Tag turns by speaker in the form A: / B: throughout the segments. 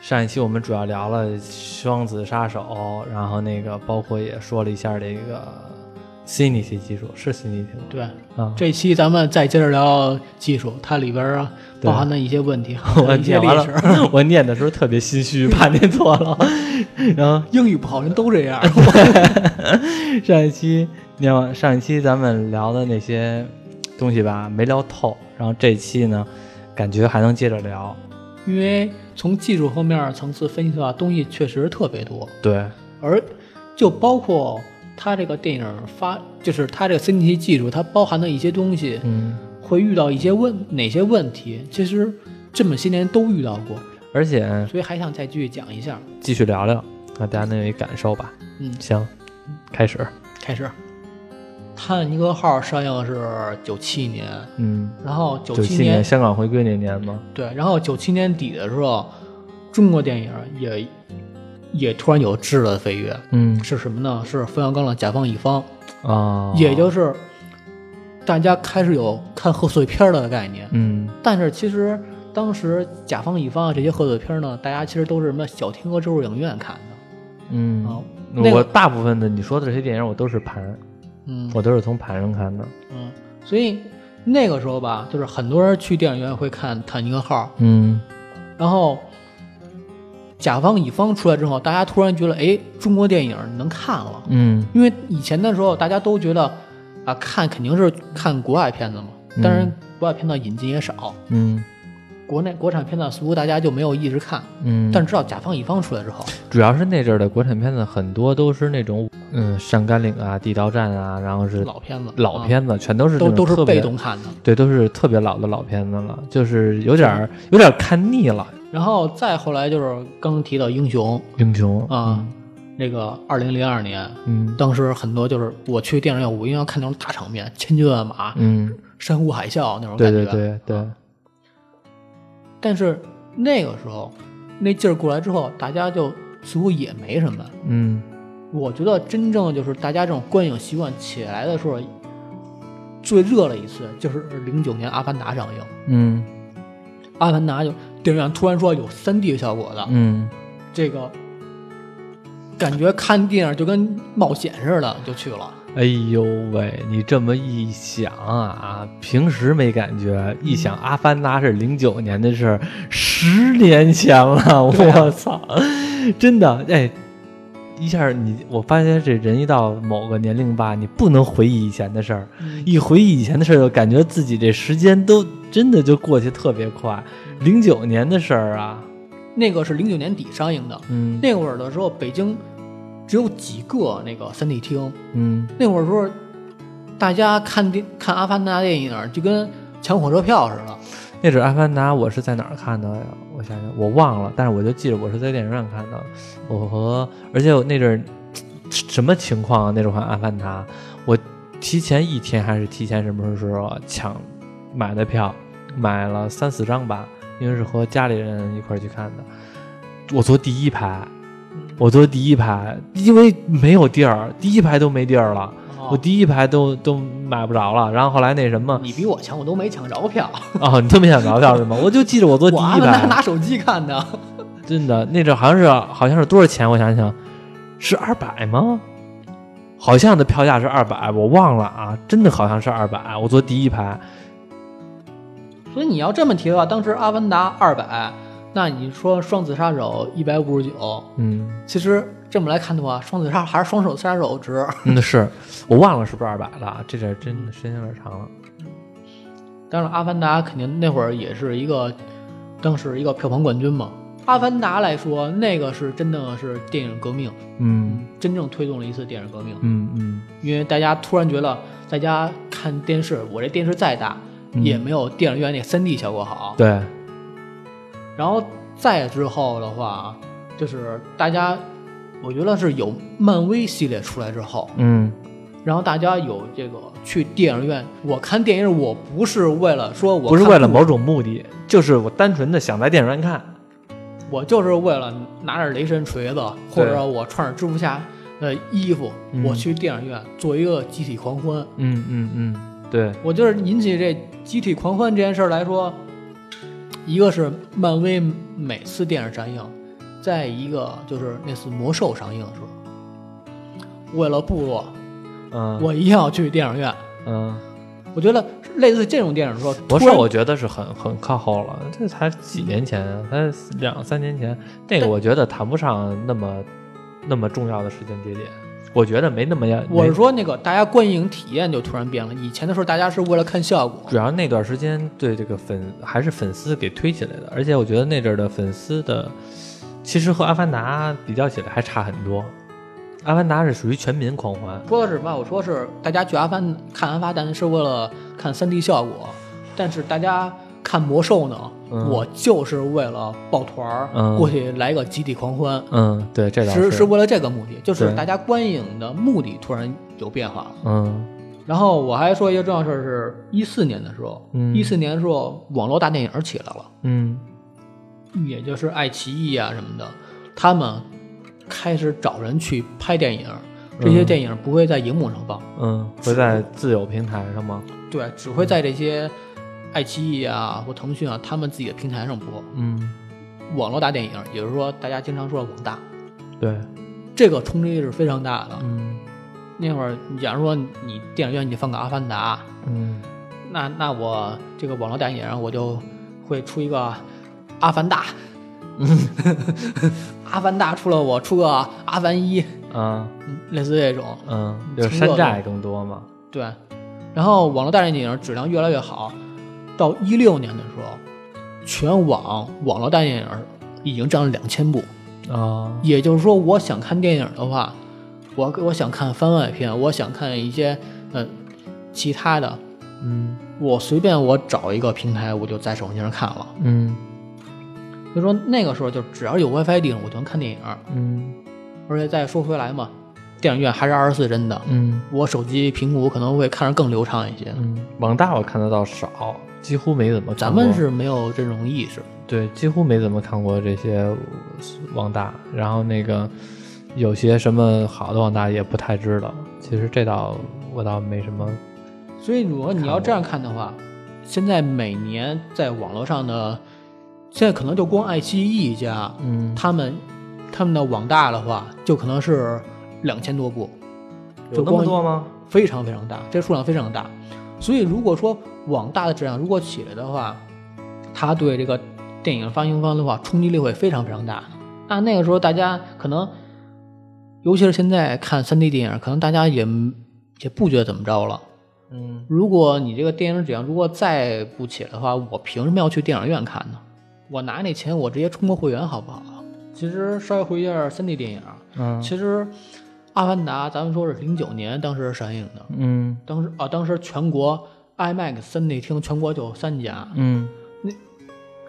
A: 上一期我们主要聊了双子杀手，然后那个包括也说了一下这个 Cinity 技术，是 Cinity 吗？
B: 对，
A: 啊，
B: 这期咱们再接着聊技术，它里边啊
A: 对
B: 包含的一些问题，
A: 我
B: 一些
A: 念
B: 历
A: 完
B: 史。
A: 了， 我念的时候特别心虚，怕念错了。然后
B: 英语不好人都这样，
A: 上一期念完，上一期咱们聊的那些东西吧，没聊透。然后这期呢，感觉还能接着聊。
B: 因为从技术方面层次分析的话，东西确实特别多，
A: 对，
B: 而就包括它这个电影发，就是它这个 CNT 技术，它包含的一些东西，
A: 嗯，
B: 会遇到一些问哪些问题，其实这么些年都遇到过，
A: 而且
B: 所以还想再继续讲一下。
A: 继续聊聊，那大家能有一感受吧。
B: 嗯，
A: 行，开始。
B: 开始，《泰尼克号》上映的是九七年，
A: 嗯，
B: 然后九
A: 九
B: 七
A: 年香港回归那年吗？
B: 对，然后九七年底的时候，中国电影也也突然有质的飞跃，
A: 嗯
B: 是什么呢？是冯小刚的《甲方乙方》
A: 啊，
B: 也就是大家开始有看贺岁片儿的概念。
A: 嗯
B: 但是其实当时甲方乙方啊这些贺岁片儿呢，大家其实都是什么小天鹅之路影院看的
A: 嗯，
B: 啊。那
A: 我
B: 个
A: 大部分的你说的这些电影我都是盘，
B: 嗯
A: 我都是从盘上看的。
B: 嗯，所以那个时候吧，就是很多人去电影院会看《泰尼克号
A: 嗯》，
B: 然后甲方乙方出来之后，大家突然觉得，哎，中国电影能看了，
A: 嗯
B: 因为以前的时候大家都觉得啊，看肯定是看国外片子嘛，当然
A: 嗯
B: 国外片子引进也少，
A: 嗯
B: 国内国产片子似乎大家就没有一直看，
A: 嗯，
B: 但是知道甲方乙方出来之后，
A: 主要是那阵儿的国产片子很多都是那种，嗯，上甘岭啊、地道战啊，然后是
B: 老片子，
A: 老
B: 啊、
A: 片子，全都是
B: 都
A: 这种
B: 都是
A: 特别
B: 被，动看的。
A: 对，都是特别老的老片子了，就是有点儿有点儿看腻了。
B: 然后再后来就是刚提到英雄
A: 英雄，
B: 啊，那个二零零二年，
A: 嗯
B: 当时很多就是我去电影院，我一定要看那种大场面，千军万马、
A: 嗯，
B: 山呼海啸那种
A: 对
B: 感觉。
A: 对对对，
B: 但是那个时候，那劲儿过来之后，大家就似乎也没什么。
A: 嗯
B: 我觉得真正就是大家这种观影习惯起来的时候，最热了一次就是零九年《阿凡达》上映，《
A: 嗯
B: 阿凡达》就电影院突然说有 3D 效果的，
A: 嗯，
B: 这个感觉看电影就跟冒险似的，就去了。
A: 哎呦喂，你这么一想啊，平时没感觉，一想《阿凡达》是零九年的事儿，十年前了，
B: 对啊
A: 我操，真的哎。一下你，我发现这人一到某个年龄吧，你不能回忆以前的事儿，一回忆以前的事儿，就感觉自己这时间都真的就过去特别快。零九年的事儿啊，
B: 那个是零九年底上映的，
A: 嗯
B: 那会儿的时候，北京只有几个那个三 D 厅。
A: 嗯
B: 那会儿时候，大家看电看《阿凡达》电影就跟抢火车票似的。
A: 那阵《阿凡达》我是在哪儿看的呀？我想想，我忘了，但是我就记着我是在电影院看的。我和而且我那阵儿嘖什么情况啊？那阵儿看《阿凡达》，我提前一天还是提前什么时候啊抢买的票，买了三四张吧，因为是和家里人一块儿去看的。我坐第一排，我坐第一排，因为没有地儿，第一排都没地儿了，
B: 哦
A: 我第一排都都买不着了。然后后来那什么，
B: 你比我强，我都没抢着票。
A: 哦，你都没想着票是吗？我就记着我坐第
B: 我阿
A: 一
B: 凡达拿
A: 排，
B: 手机看的，
A: 真的那阵好像是好像是多少钱？我想想，是二百吗？好像的票价是二百，我忘了啊，真的好像是二百。我坐第一排，
B: 所以你要这么提的话，当时《阿凡达》二百，那你说《双子杀手》一百五十九，
A: 嗯，
B: 其实这么来看的话，《双子杀》还是《双手杀手》值。
A: 那嗯是我忘了是不是二百了？这阵儿真的时间有点长了。
B: 当然，《阿凡达》肯定那会儿也是一个，当时一个票房冠军嘛。《阿凡达》来说，那个是真的是电影革命，
A: 嗯
B: 真正推动了一次电影革命，
A: 嗯嗯
B: 因为大家突然觉得，在家看电视，我这电视再大，
A: 嗯
B: 也没有电影院那3 D 效果好。
A: 对，
B: 然后再之后的话，就是大家，我觉得是有漫威系列出来之后，
A: 嗯
B: 然后大家有这个去电影院，我看电影，我不是为了说我
A: 不是
B: 看
A: 为了
B: 故
A: 某种目的，就是我单纯的想在电影院看。
B: 我就是为了拿着雷神锤子，或者我穿着蝙蝠侠的衣服，
A: 嗯
B: 我去电影院做一个集体狂欢。
A: 嗯嗯嗯，对，
B: 我就是引起这集体狂欢这件事儿来说，一个是漫威每次电影上映，在一个就是那次魔兽上映的时候，为了部落，
A: 嗯，
B: 我一定要去电影院。
A: 嗯，
B: 我觉得类似这种电影说，
A: 魔
B: 突
A: 兽
B: 然
A: 我觉得是很很靠后了，这才几年前啊，才两三年前，那个
B: 但
A: 我觉得谈不上那么那么重要的时间节点，我觉得没那么要。
B: 我
A: 没
B: 是说那个大家观影体验就突然变了。以前的时候，大家是为了看效果，
A: 主要那段时间对这个粉还是粉丝给推起来的，而且我觉得那阵儿的粉丝的，其实和《阿凡达》比较起来还差很多，《阿凡达》是属于全民狂欢，
B: 说的是嘛，我说是大家去阿凡看阿凡达是为了看 3D 效果，但是大家看魔兽呢，
A: 嗯
B: 我就是为了抱团儿、
A: 嗯
B: 过去来个集体狂欢，
A: 嗯，对，这倒
B: 是是为了这个目的，就是
A: 对
B: 大家观影的目的突然有变化了。
A: 嗯
B: 然后我还说一个重要事儿，是一四年的时候，
A: 嗯
B: 一四、年的时候网络大电影起来了，
A: 嗯
B: 也就是爱奇艺啊什么的，他们开始找人去拍电影，这些
A: 嗯
B: 电影不会在荧幕上放。
A: 嗯，会在自有平台上吗？
B: 对，只会在这些爱奇艺啊或腾讯啊他们自己的平台上播
A: 嗯，
B: 网络大电影，也就是说大家经常说的网大，
A: 对，
B: 这个冲击力是非常大的。
A: 嗯
B: 那会儿，假如说你电影院你放个《阿凡达》，
A: 嗯
B: 那那我这个网络电影我就会出一个《阿凡达》， 阿凡达出了我出个《阿凡一》，
A: 啊
B: 嗯类似这种，
A: 嗯，就是山寨更多嘛，
B: 对，然后网络大电影质量越来越好，到一六年的时候，全网网络大电影已经占了两千部。
A: 啊
B: 也就是说，我想看电影的话，我我想看番外篇，我想看一些嗯、呃、其他的，
A: 嗯
B: 我随便我找一个平台，我就在手机上看了。
A: 嗯
B: 所以说那个时候就只要有 WiFi 地方，我就能看电影。
A: 嗯
B: 而且再说回来嘛，电影院还是二十四帧的，
A: 嗯
B: 我手机屏幕可能会看着更流畅一些。
A: 嗯，网大我看得到少，几乎没怎么看
B: 咱
A: 过。
B: 们是没有这种意识，
A: 对，几乎没怎么看过这些网大，然后那个有些什么好的网大也不太知道。其实这倒我倒没什么，
B: 所以如果你要这样看的话，现在每年在网络上的，现在可能就光爱奇艺一家，
A: 嗯，
B: 他们他们的网大的话，就可能是两千多部，
A: 有那么多吗？
B: 非常非常大，这数量非常大。所以如果说网大的质量如果起来的话，它对这个电影发行方的话冲击力会非常非常大。那那个时候大家可能，尤其是现在看 3D 电影，可能大家也也不觉得怎么着了。
A: 嗯
B: 如果你这个电影质量如果再不起来的话，我凭什么要去电影院看呢？我拿那钱我直接充个会员好不好？其实稍微回一下三 D 电影啊，
A: 嗯
B: 其实《阿凡达》咱们说是零九年当时上映的，
A: 嗯
B: 当时啊当时全国 IMAX 三 D 厅全国就有三家，
A: 嗯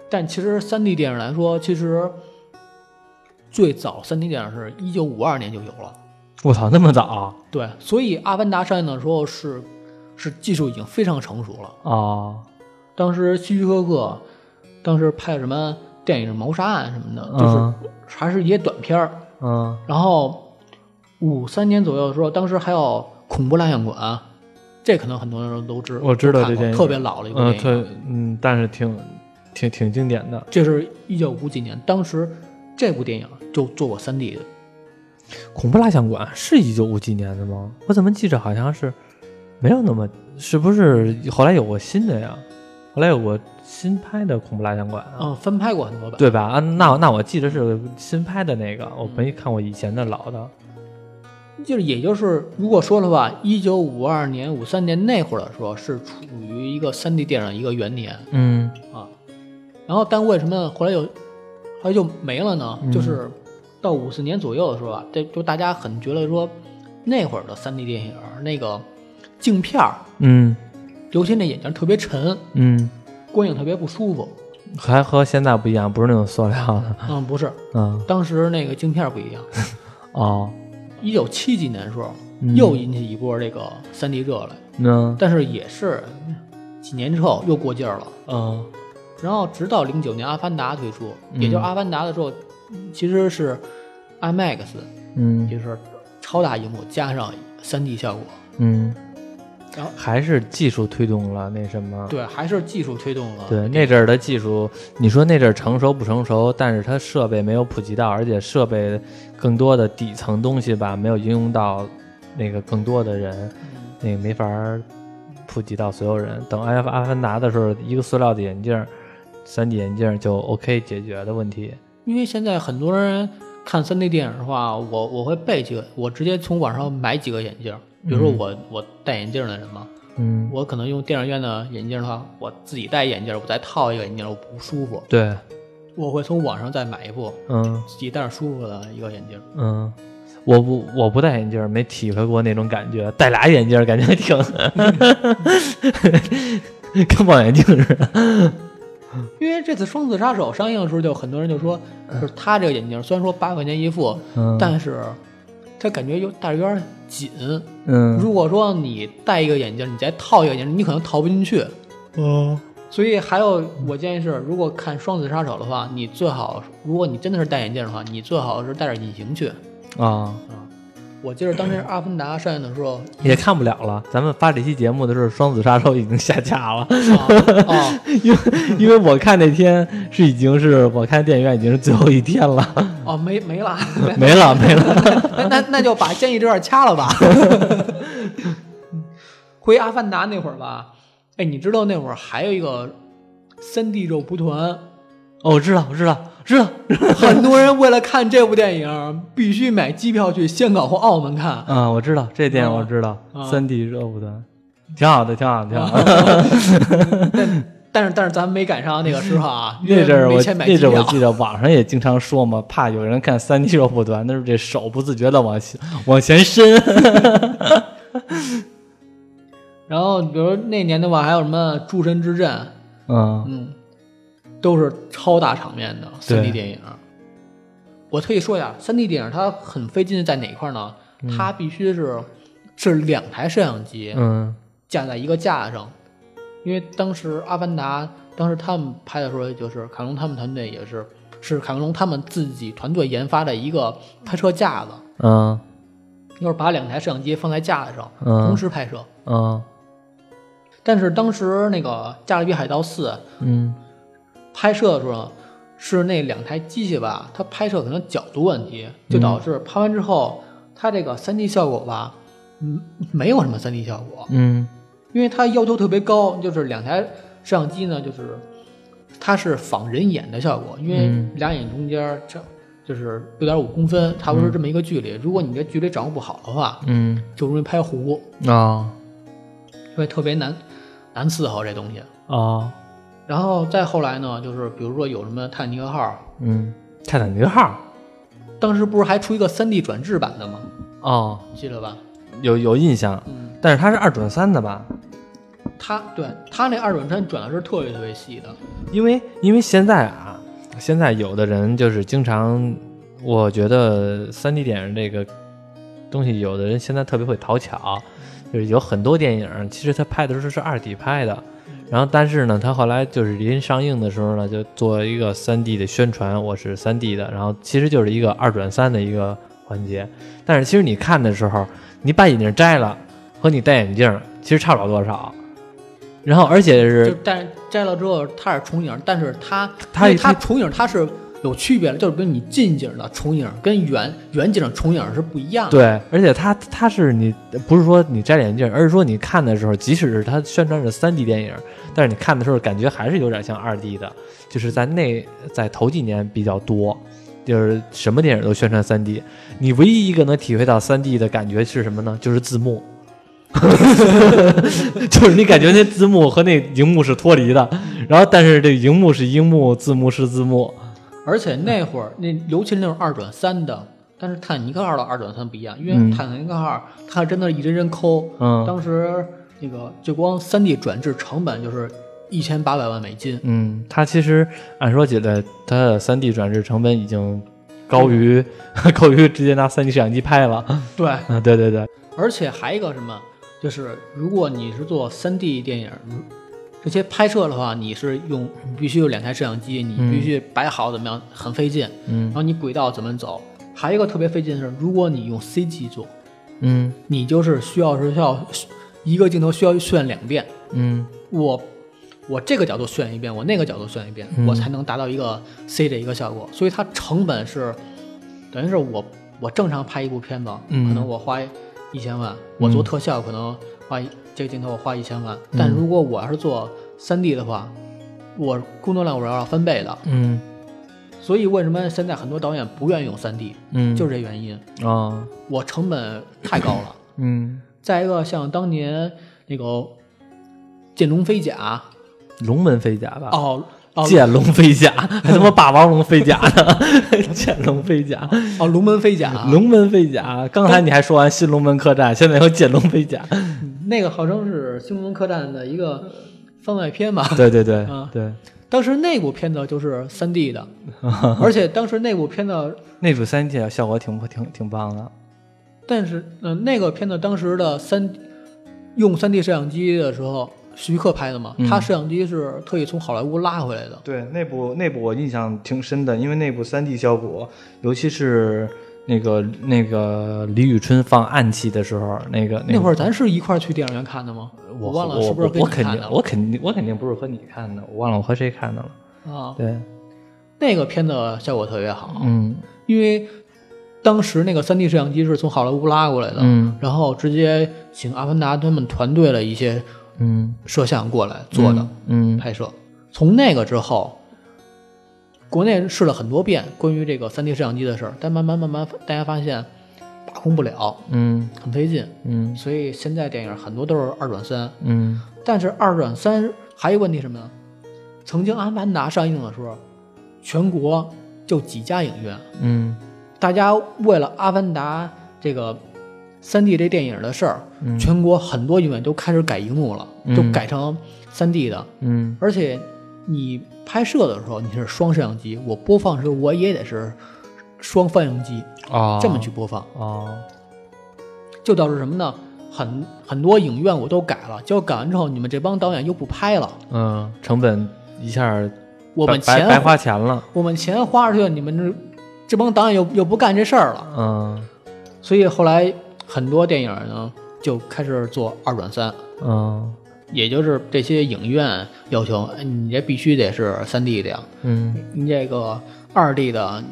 B: 但其实三 D 电影来说，其实最早三 D 电影是一九五二年就有了，
A: 我操，那么早
B: 对，所以《阿凡达》上映的时候是是技术已经非常成熟了。
A: 哦，
B: 当时希区柯克，当时拍什么电影《谋杀案》什么的，就是
A: 嗯
B: 还是一些短片儿。
A: 嗯
B: 然后五三年左右的时候，当时还有《恐怖蜡像馆》，这可能很多人都知，
A: 我知道
B: 都看
A: 这电
B: 过
A: 影
B: 特别老的一部
A: 嗯，
B: 电影，
A: 特嗯，但是挺挺挺经典的。
B: 这是一九五几年，当时这部电影就做过三 D 的，
A: 恐怖蜡像馆是一九五几年的吗？我怎么记着好像是没有那么，是不是后来有过新的呀？后来有过新拍的恐怖蜡像馆啊？
B: 嗯，翻拍过很多版。
A: 对吧？啊，那那我记得是新拍的那个，我没看过以前的老的。
B: 就是也就是如果说的话，一九五二年、五三年那会儿的时候，是处于一个三 D 电影的一个元年。
A: 嗯
B: 啊。然后，但为什么后来有，后来就没了呢？
A: 嗯
B: 就是到五四年左右的时候啊，这就大家很觉得说，那会儿的三 D 电影儿那个镜片儿，
A: 嗯
B: 尤其那眼镜儿特别沉，
A: 嗯，
B: 观影特别不舒服。
A: 还和现在不一样，不是那种塑料的。
B: 嗯，不是，
A: 嗯
B: 当时那个镜片儿不一 样。
A: 哦，
B: 一九七几年的时候，
A: 嗯
B: 又引起一波这个三 D 热来，
A: 那
B: 但是也是几年之后又过劲儿了。
A: 嗯
B: 然后直到零九年《阿凡达》推出，
A: 嗯
B: 也就是《阿凡达》的时候，其实是 IMAX，
A: 嗯
B: 就是超大荧幕加上 3D 效果。
A: 嗯
B: 然后
A: 还是技术推动了那什么？
B: 对，还是技术推动了。
A: 对，那阵儿的技术，你说那阵儿成熟不成熟？但是它设备没有普及到，而且设备更多的底层东西吧，没有应用到那个更多的人，
B: 嗯
A: 那个没法儿普及到所有人。等《阿阿凡达》的时候，一个塑料的眼镜儿，3D 眼镜儿就 OK 解决的问题。
B: 因为现在很多人看3 D 电影的话，我我会备几个，我直接从网上买几个眼镜儿。比如说我、我戴眼镜的人嘛，
A: 嗯，
B: 我可能用电影院的眼镜的话，我自己戴眼镜，我再套一个眼镜，我不舒服，
A: 对，
B: 我会从网上再买一副
A: 嗯
B: 自己戴着舒服的一个眼镜。
A: 嗯。我不我不戴眼镜儿，没体会过那种感觉。戴俩眼镜儿感觉挺， 跟望远镜似的。
B: 因为这次《双子杀手》上映的时候，就很多人就说，就是他这个眼镜虽然说八块钱一副，
A: 嗯，
B: 但是他感觉有戴着有点紧。
A: 嗯，
B: 如果说你戴一个眼镜，你再套一个眼镜，你可能套不进去。
A: 嗯
B: 所以还有，我建议是，如果看《双子杀手》的话，你最好，如果你真的是戴眼镜的话，你最好是戴着隐形去。
A: 啊，
B: 我记得当时《阿凡达》上映的时候，
A: 也看不了了。咱们发这期节目的时候，《双子杀手》已经下架了，
B: 啊啊
A: 因为因为我看那天是已经是我看电影院已经是最后一天 了，
B: 啊，没没了，
A: 没 了没了。
B: 那那那就把建议这段掐了吧。 回《阿凡达》那会儿吧，哎，你知道那会儿还有一个三 D 肉蒲团，
A: 哦，我知道我知道知道，
B: 很多人为了看这部电影，必须买机票去香港或澳 门看。
A: 嗯，我知道这电影我知道，
B: 啊
A: 三 D 热舞团，挺好的挺好的挺好的。
B: 但是但是咱们没赶上那个时 候啊，因为
A: 那阵儿
B: 没
A: 我
B: 钱买
A: 那
B: 机
A: 阵儿我
B: 票。
A: 记得网上也经常说嘛，怕有人看三 D 肉蒲团，那是这手不自觉的往前往前伸。
B: 然后比如那年的话，还有什么《诸神之阵》，
A: 嗯
B: 嗯，都是超大场面的三
A: 对
B: D 电影。我特意说一下，三 D 电影它很费劲在哪一块呢？它必须是是两台摄像机
A: 嗯
B: 架在一个架子上，因为当时《阿凡达》当时他们拍的时候，就是卡梅隆他们团队也是是卡梅隆他们自己团队研发的一个拍摄架子，
A: 嗯
B: 就是把两台摄像机放在架子上
A: 嗯
B: 同时拍摄。
A: 嗯
B: 但是当时那个《加勒比海盗四》
A: 嗯
B: 拍摄的时候，是那两台机器吧，它拍摄可能角度问题，就导致拍完之后，它这个 3D 效果吧，嗯，没有什么 3D 效果，
A: 嗯
B: 因为它要求特别高，就是两台摄像机呢，就是它是仿人眼的效果，因为
A: 嗯
B: 俩眼中间儿这就是六点五公分，差不多是这么一个距离。如果你这距离掌握不好的话，
A: 嗯
B: 就容易拍糊，
A: 啊
B: 所以特别难难伺候这东西。
A: 啊。
B: 然后再后来呢，就是比如说有什么泰坦尼克号，
A: 嗯，泰坦尼克号
B: 当时不是还出一个 3D 转制版的吗？
A: 哦，
B: 记得吧？
A: 有有印象，
B: 嗯，
A: 但是它是二转三的吧？
B: 它对它那二转三转的是特别特别细的，
A: 因为因为现在啊，现在有的人就是经常，我觉得三 D 电影这个东西，有的人现在特别会讨巧，就是有很多电影其实他拍的时候是二 D 拍的，然后但是呢，他后来就是临上映的时候呢，就做一个三 D 的宣传，我是三 D 的，然后其实就是一个二转三的一个环节，但是其实你看的时候，你把眼镜摘了和你戴眼镜儿其实差不了多少。然后，而且是
B: 就但是摘了之后它是重影，但是它
A: 它
B: 因为它
A: 它
B: 重影它是有区别的，就是比如你近景的重影跟远远景的重影是不一样的。
A: 对，而且它它是你不是说你摘眼镜，而是说你看的时候，即使是它宣传是三 D 电影，但是你看的时候感觉还是有点像二 D 的，就是在那在头几年比较多，就是什么电影都宣传三 D，你唯一一个能体会到三 D 的感觉是什么呢？就是字幕。 就是你感觉那字幕和那荧幕是脱离的，然后但是这荧幕是荧幕，字幕是字幕，
B: 而且那会儿那尤其是那种二转三的，但是泰坦尼克号的二转三不一样，因
A: 嗯
B: 为泰坦尼克号它真的是一帧帧抠，
A: 嗯
B: 当时那个就光3 D 转制成本就是一千八百万美金。
A: 嗯，它其实按说起来，它的三 D 转制成本已经高于、 高于直接拿三 D 摄像机拍了。
B: 对，
A: 嗯，对对对，
B: 而且还一个什么，就是如果你是做 3D 电影嗯这些拍摄的话，你是用你必须有两台摄像机，你必须摆好怎么样，很费劲。
A: 嗯
B: 然后你轨道怎么走，还有一个特别费劲的是，如果你用 CG 做，
A: 嗯
B: 你就是需要是需要一个镜头需要炫两遍，
A: 嗯
B: 我我这个角度炫一遍，我那个角度炫一遍，
A: 嗯
B: 我才能达到一个 C 的一个效果。所以它成本是等于是我我正常拍一部片子，
A: 嗯
B: 可能我花一千万，我做特效可能花一这个镜头我花一千万，但
A: 嗯
B: 如果我要是做3 D 的话，我工作量我要翻倍的。
A: 嗯
B: 所以为什么现在很多导演不愿意用3 D，
A: 嗯，
B: 就是是这原因，
A: 啊，
B: 我成本太高 了。
A: 嗯，
B: 再一个，像当年那个剑龙飞甲，
A: 龙门飞甲吧，
B: 哦哦，
A: 剑龙飞 甲，还他妈霸王龙飞甲呢， 剑龙飞甲，
B: 哦，龙门飞甲，
A: 龙门飞甲。刚才你还说完新龙门客栈，现在有剑龙飞 甲。
B: 那个号称是《星龙客栈》的一个番外篇吧。
A: 对对对
B: 啊
A: 对，
B: 当时那部片子就是3 D 的，而且当时那部片子，
A: 那组三 D 效果挺挺挺棒啊的。
B: 但是嗯、呃那个片子当时的三用3 D 摄像机的时候，徐克拍的嘛，
A: 嗯
B: 他摄像机是特意从好莱坞拉回来的。
A: 对，那部那部我印象挺深的，因为那部三 D 效果，尤其是那个那个李宇春放暗器的时候，那个
B: 那会
A: 儿
B: 儿咱是一块儿去电影院看的吗？
A: 我
B: 忘了
A: 我
B: 是不是跟
A: 我
B: 你
A: 肯
B: 看
A: 定
B: 的
A: 我肯定我肯定不是和你看的，我忘了我和谁看的了。
B: 啊。
A: 对，
B: 那个片子效果特别好，
A: 嗯
B: 因为当时那个3 D 摄像机是从好莱坞拉过来的，
A: 嗯
B: 然后直接请阿凡达他们团队的一些
A: 嗯，
B: 摄像过来做的
A: 嗯
B: 拍摄。从那个之后，国内试了很多遍关于这个3 D 摄像机的事儿，但慢慢慢慢大家发现把控不了，
A: 嗯
B: 很费劲，
A: 嗯
B: 所以现在电影很多都是二转三。
A: 嗯
B: 但是二转三还有一个问题什么呢？曾经《阿凡达》上映的时候，全国就几家影院，
A: 嗯
B: 大家为了《阿凡达》这个3 D 这电影的事儿，
A: 嗯
B: 全国很多影院都开始改荧幕了，
A: 嗯
B: 就改成3 D 的。
A: 嗯
B: 而且你拍摄的时候你是双摄像机，我播放的时候我也得是双放映机
A: 哦，
B: 这么去播放，
A: 哦，
B: 就导致什么呢？很很多影院我都改了，结果改完之后，你们这帮导演又不拍了，
A: 嗯，成本一下儿
B: 我们
A: 白
B: 钱
A: 白白花钱了，
B: 我们钱花出去，你们这这帮导演又又不干这事儿了，
A: 嗯
B: 所以后来很多电影呢就开始做二转三，
A: 嗯
B: 也就是这些影院要求，哎你这必须得是3 D 的呀，
A: 嗯，
B: 你这个2 D 的，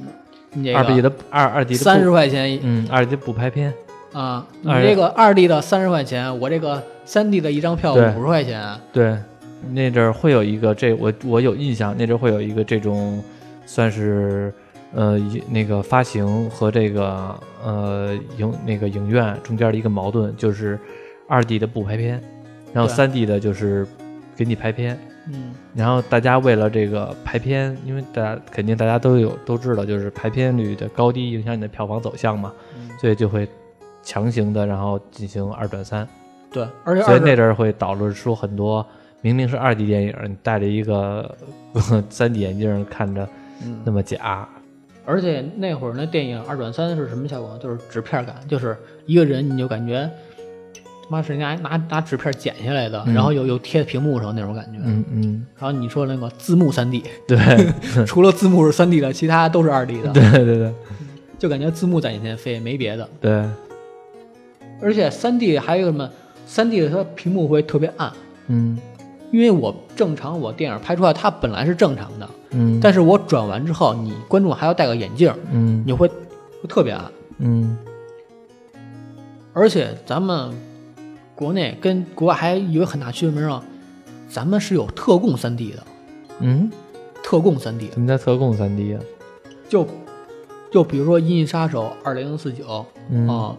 B: 你这个
A: 二 D 的二二 D 的不
B: 三十块钱一
A: 嗯，二 D 不拍片，
B: 啊，你
A: 二
B: 这个二 D 的三十块钱，我这个三 D 的一张票
A: 对
B: 五十块钱，
A: 对，那阵儿会有一个这我我有印象，那阵儿会有一个这种算是呃一那个发行和这个呃影那个影院中间的一个矛盾，就是二 D 的不拍片，然后
B: 对
A: 三 D 的就是给你拍片。
B: 嗯，
A: 然后大家为了这个排片，因为大家肯定大家都有都知道，就是排片率的高低影响你的票房走向嘛，
B: 嗯
A: 所以就会强行的然后进行二转三，
B: 对，而 且
A: 所
B: 二
A: 以那
B: 转
A: 阵儿会导致出很多明明是二 D 电影，你戴着一个 三 D 眼镜看着
B: 嗯
A: 那么假，
B: 而且那会儿那电影二转三是什么效果呢？就是纸片感，就是一个人你就感觉，妈是拿拿拿纸片剪下来的，
A: 嗯
B: 然后又又贴屏幕上那种感觉。
A: 嗯嗯，
B: 然后你说那个字幕 三 D，
A: 对
B: 除了字幕是三 D 的，其他都是二 D 的，
A: 对对对
B: 就感觉字幕在眼前飞，没别的。
A: 对，
B: 而且三 D 还有什么？三 D 的它屏幕会特别暗，
A: 嗯
B: 因为我正常我电影拍出来它本来是正常的，
A: 嗯，
B: 但是我转完之后，你观众还要戴个眼镜，
A: 嗯
B: 你会会特别暗。
A: 嗯
B: 而且咱们国内跟国外还有一个很大区别啊，咱们是有特供3 D 的，
A: 嗯，
B: 特供3 D 的
A: 怎么叫特供三 D 啊？
B: 就就比如说《银翼杀手二零四九》
A: 嗯
B: 啊，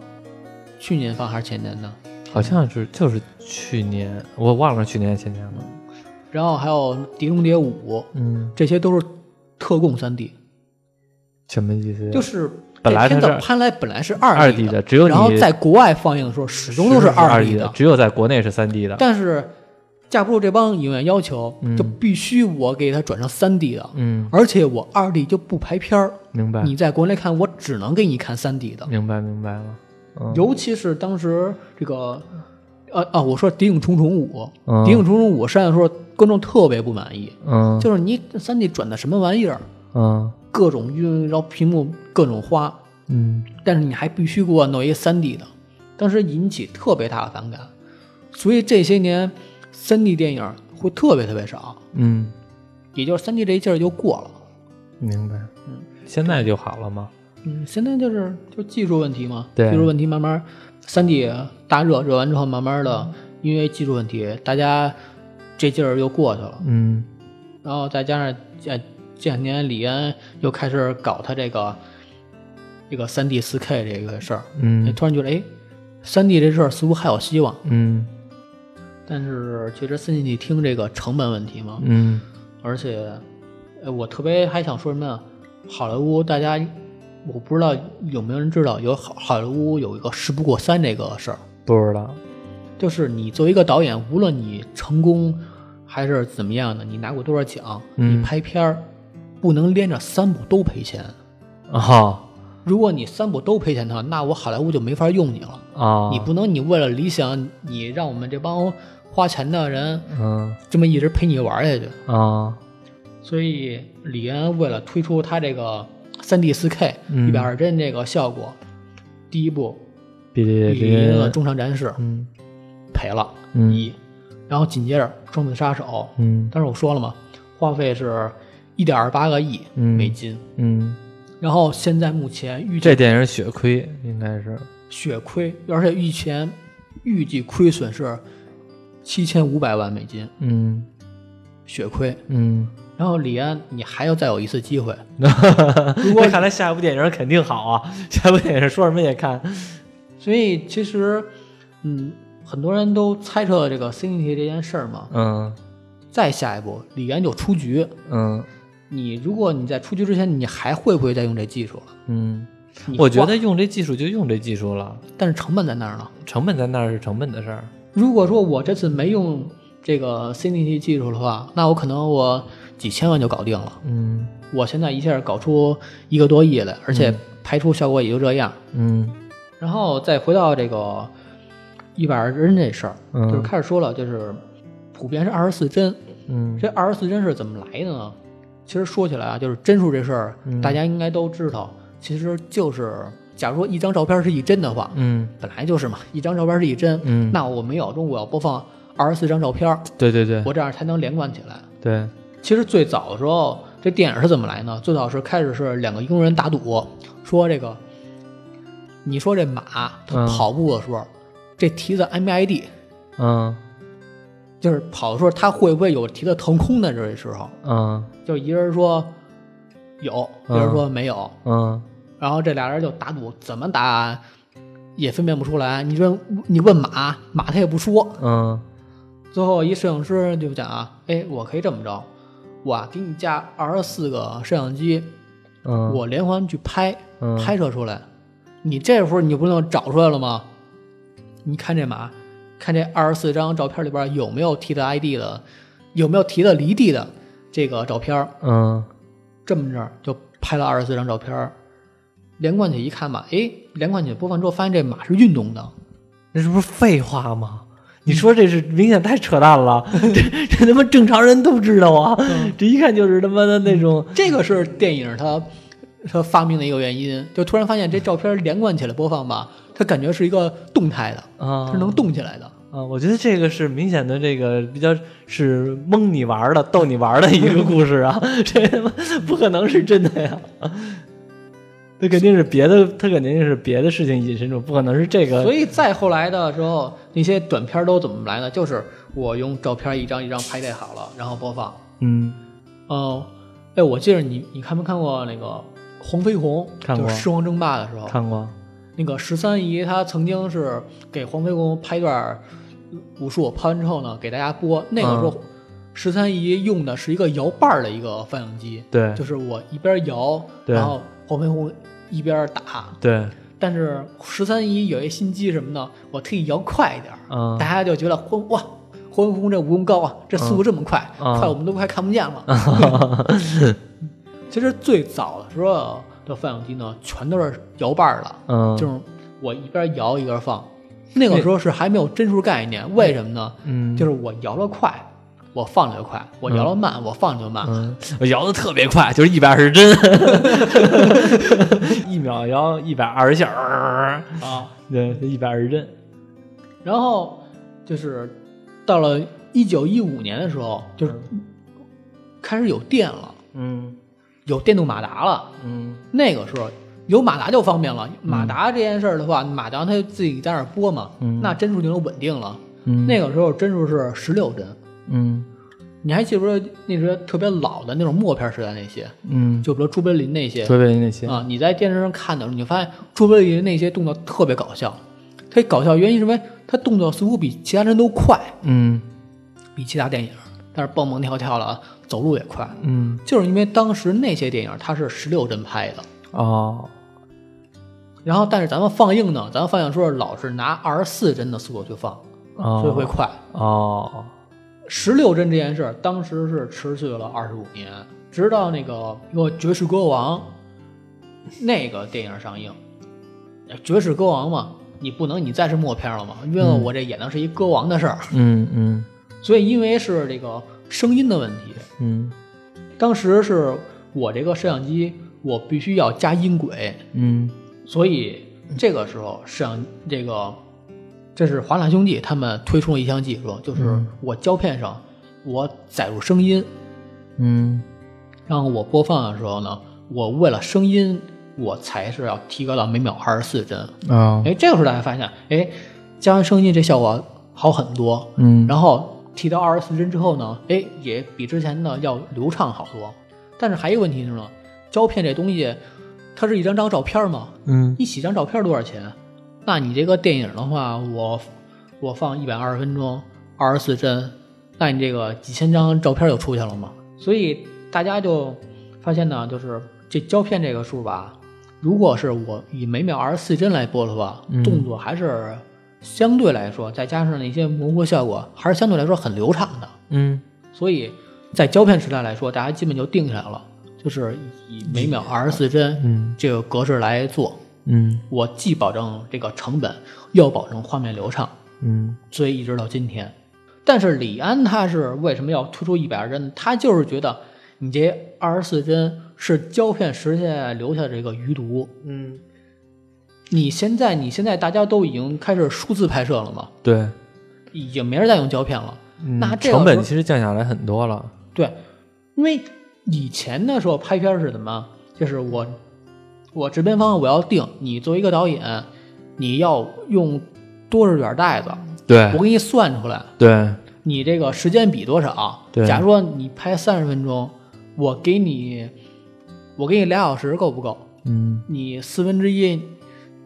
B: 去年放还是前年的，
A: 好像是就是去年，我忘了去年前年了。
B: 然后还有《碟中谍五》，
A: 嗯，
B: 这些都是特供3 D，
A: 什么意思呀？
B: 就是
A: 本来它
B: 这
A: 是
B: 片子拍来本来是
A: 二
B: 二
A: D 的
B: 的，
A: 只有你
B: 然后在国外放映的时候始终都是
A: 二
B: 二 D
A: 的，只有在国内是三 D 的。
B: 但是架不住这帮影院要求，
A: 嗯
B: 就必须我给它转成3 D 的。
A: 嗯，
B: 而且我二 D 就不排片儿，
A: 明白，
B: 你在国内看我只能给你看三 D 的，
A: 明白，明白了。嗯，
B: 尤其是当时这个，呃啊，我说《谍影重重五》，
A: 嗯
B: 《谍影重重五》上映的时候观众特别不满意，
A: 嗯
B: 就是你三 D 转的什么玩意儿，
A: 嗯
B: 各种晕，然后屏幕各种花，
A: 嗯
B: 但是你还必须给我弄一三 D 的，当时引起特别大的反感，所以这些年三 D 电影会特别特别少，
A: 嗯，
B: 也就是三 D 这一劲儿就过了。
A: 明白。嗯，现在就好了吗？
B: 嗯，现在就是就技术问题嘛，
A: 对
B: 技术问题慢慢三 D 大热热完之后，慢慢的因为技术问题，大家这劲儿又过去了，
A: 嗯，
B: 然后再加上呃这两年李安又开始搞他这个这个三 D 四 K 这个事儿，哎
A: 嗯，
B: 突然觉得哎，三 D 这事儿似乎还有希望，
A: 嗯，
B: 但是确实三 D 听这个成本问题嘛，
A: 嗯，
B: 而且，呃，我特别还想说什么呀？好莱坞大家，我不知道有没有人知道，有好好莱坞有一个“事不过三”这个事儿，
A: 不知道。
B: 就是你作为一个导演，无论你成功还是怎么样的，你拿过多少奖，
A: 嗯
B: 你拍片儿不能连着三部都赔钱。
A: 哦
B: 如果你三部都赔钱的话，那我好莱坞就没法用你了。
A: 哦，
B: 你不能你为了理想，你让我们这帮花钱的人
A: 嗯
B: 这么一直陪你玩下去。
A: 啊
B: 所以李安为了推出他这个3 D 4 K
A: 嗯
B: 一百二十帧这个效果，第一部
A: 哔
B: 《
A: 哩
B: 比一个
A: 哔哩，
B: 中场战事》
A: 嗯
B: 赔了
A: 嗯
B: 一，然后紧接着《双子杀手》，
A: 嗯
B: 当时我说了嘛，花费是一点二八个亿
A: 嗯
B: 美金，
A: 嗯，
B: 然后现在目前预计
A: 这电影血亏应该是，
B: 血亏，而且预前预计亏损是七千五百万美金
A: 嗯
B: 血亏。
A: 嗯。
B: 然后李安，你还要再有一次机会，
A: 如果看来下一部电影肯定好啊， 下一部电影说什么也看。
B: 所以其实，嗯，很多人都猜测这个 CNT 这件事儿嘛。
A: 嗯
B: 再下一步，李安就出局。
A: 嗯
B: 你如果你在出局之前，你还会不会再用这技术了？
A: 嗯，
B: 你
A: 我觉
B: 花，
A: 得用这技术就用这技术了，
B: 但是成本在那儿呢。
A: 成本在那儿是成本的事儿。
B: 如果说我这次没用这个 CNT 技术的话，那我可能我几千万就搞定了。
A: 嗯
B: 我现在一下搞出一个多亿来，而且排出效果也就这样。
A: 嗯
B: 然后再回到这个一百二十帧这事儿，
A: 嗯
B: 就是开始说了，就是普遍是二十四帧。
A: 嗯
B: 这二十四帧是怎么来的呢？其实说起来啊，就是帧数这事儿，
A: 嗯
B: 大家应该都知道，其实就是假如说一张照片是一帧的话，
A: 嗯
B: 本来就是嘛，一张照片是一帧，
A: 嗯，
B: 那我每秒钟我要播放二十四张照片，
A: 对对对
B: 我这样才能连贯起来。
A: 对，
B: 其实最早的时候，这电影是怎么来呢？最早是开始是两个英国人打赌，说这个，你说这马它
A: 嗯
B: 跑步的时候，这蹄子挨没挨地，
A: 嗯
B: 就是跑的时候它会不会有蹄子腾空的这时候？
A: 嗯
B: 就一人说有，一
A: 嗯
B: 人说没有，
A: 嗯
B: 然后这俩人就打赌，怎么打也分辨不出来。你问你问马，马他也不说。
A: 嗯
B: 最后一摄影师就讲啊，哎，我可以这么着，我啊给你架二十四个摄像机，
A: 嗯，
B: 我连环去拍，
A: 嗯
B: 拍摄出来。你这时候你不能找出来了吗？你看这马，看这二十四张照片里边有没有提的 ID 的，有没有提的离地的这个照片儿？
A: 嗯
B: 这么着就拍了二十四张照片儿，连贯起一看吧，哎，连贯起播放之后发现这马是运动的，
A: 那这不是废话吗？你说这是明显太扯淡 了，这这他妈正常人都知道啊，这一看就是他妈的那种，
B: 这个是电影它它发明的一个原因，就突然发现这照片连贯起来播放吧，它感觉是一个动态的，
A: 啊
B: 它是能动起来的。
A: 啊，我觉得这个是明显的，这个比较是蒙你玩儿的、逗你玩儿的一个故事啊， 这他妈不可能是真的呀。这肯定是别的，他肯定是别的事情引申出，不可能是这个。
B: 所以再后来的时候，那些短片都怎么来呢？就是我用照片一张一张拍摄好了，然后播放。
A: 嗯
B: 嗯，哎，我记得你你看没看过那个黄飞鸿？
A: 看过
B: 就是《狮王争霸》的时候，
A: 看过，
B: 那个十三姨她曾经是给黄飞鸿拍一段武术，拍完之后呢，给大家播。那个时
A: 嗯
B: 候，十三姨用的是一个摇把儿的一个放映机，
A: 对
B: 就是我一边摇，
A: 对
B: 然后黄飞鸿一边打。
A: 对，
B: 但是十三姨有一心机什么呢？我特意摇快一点儿，
A: 嗯
B: 大家就觉得黄哇，黄飞鸿这武功高啊，这速度这么快，
A: 嗯
B: 快我们都快看不见了。 其实最早的时候的放映机呢，全都是摇把儿的。
A: 嗯，
B: 就是我一边摇一边放。那个时候是还没有帧数概念，为什么呢？
A: 嗯，
B: 就是我摇得快，我放的就快；我摇得慢，我放的就慢。
A: 嗯，我摇的特别快，就是一百二十 帧，一秒摇一百二十下儿，
B: 啊，
A: 对，一百二十帧。
B: 然后就是到了一九一五年的时候，就是开始有电了，
A: 嗯
B: 有电动马达了。
A: 嗯
B: 那个时候有马达就方便了。马达这件事儿的话，马达它就自己在那儿播嘛，
A: 嗯
B: 那帧数就能稳定了。
A: 嗯
B: 那个时候帧数是十六帧，
A: 嗯
B: 你还记不记得那时候特别老的那种默片时代那些，
A: 嗯，
B: 就比如朱柏林那些
A: 卓别林那些，
B: 啊、你在电视上看的时候，你就发现朱柏林那些动作特别搞笑。他搞笑原因是因为他动作似乎比其他人都快，
A: 嗯
B: 比其他电影，但是蹦蹦跳跳了啊，走路也快，
A: 嗯
B: 就是因为当时那些电影它是十六帧拍的，
A: 哦，
B: 然后但是咱们放映呢，咱们放映说是老是拿二十四帧的速度去放，
A: 哦
B: 所以会快。
A: 哦，
B: 十六帧这件事儿，当时是持续了二十五年，直到那个一个《绝世歌王》那个电影上映，《绝世歌王》嘛，你不能你再是默片了嘛，因为我这演的是一歌王的事儿，
A: 嗯嗯
B: 所以因为是这个声音的问题，
A: 嗯
B: 当时是我这个摄像机我必须要加音轨，
A: 嗯
B: 所以这个时候摄像这个这是华纳兄弟他们推出了一项技术，就是
A: 嗯
B: 我胶片上我载入声音。
A: 嗯
B: 然后我播放的时候呢，我为了声音，我才是要提高到每秒二十四帧。
A: 啊，
B: 哎，这个时候大家发现，哎，加上声音这效果好很多。
A: 嗯，
B: 然后提到二十四帧之后呢，哎，也比之前的要流畅好多。但是还有一个问题是呢，胶片这东西，它是一张张照片嘛，
A: 嗯
B: 一起张照片多少钱？啊那你这个电影的话，我我放一百二十分钟，二十四帧，那你这个几千张照片就出去了嘛？所以大家就发现呢，就是这胶片这个数吧，如果是我以每秒二十四帧来播的话，
A: 嗯
B: 动作还是相对来说，再加上那些模糊效果，还是相对来说很流畅的。
A: 嗯
B: 所以在胶片时代来说，大家基本就定下来了，就是以每秒二十四帧
A: 嗯
B: 这个格式来做。
A: 嗯
B: 我既保证这个成本，又保证画面流畅，
A: 嗯
B: 所以一直到今天。但是李安他是为什么要推出一百二帧？他就是觉得你这二十四帧是胶片时代留下的这个余毒。
A: 嗯，
B: 你现在你现在大家都已经开始数字拍摄了嘛，
A: 对，
B: 已经没人再用胶片了。
A: 嗯
B: 那这个
A: 成
B: 时
A: 本
B: 候
A: 其实降下来很多了，
B: 对，因为以前的时候拍片儿是怎么？就是我我制片方我要定你作为一个导演，你要用多少卷带子，
A: 对
B: 我给你算出来，
A: 对，
B: 你这个时间比多少？
A: 对
B: 假如说你拍三十分钟，我给你，我给你俩小时够不够？
A: 嗯
B: 你四分之一，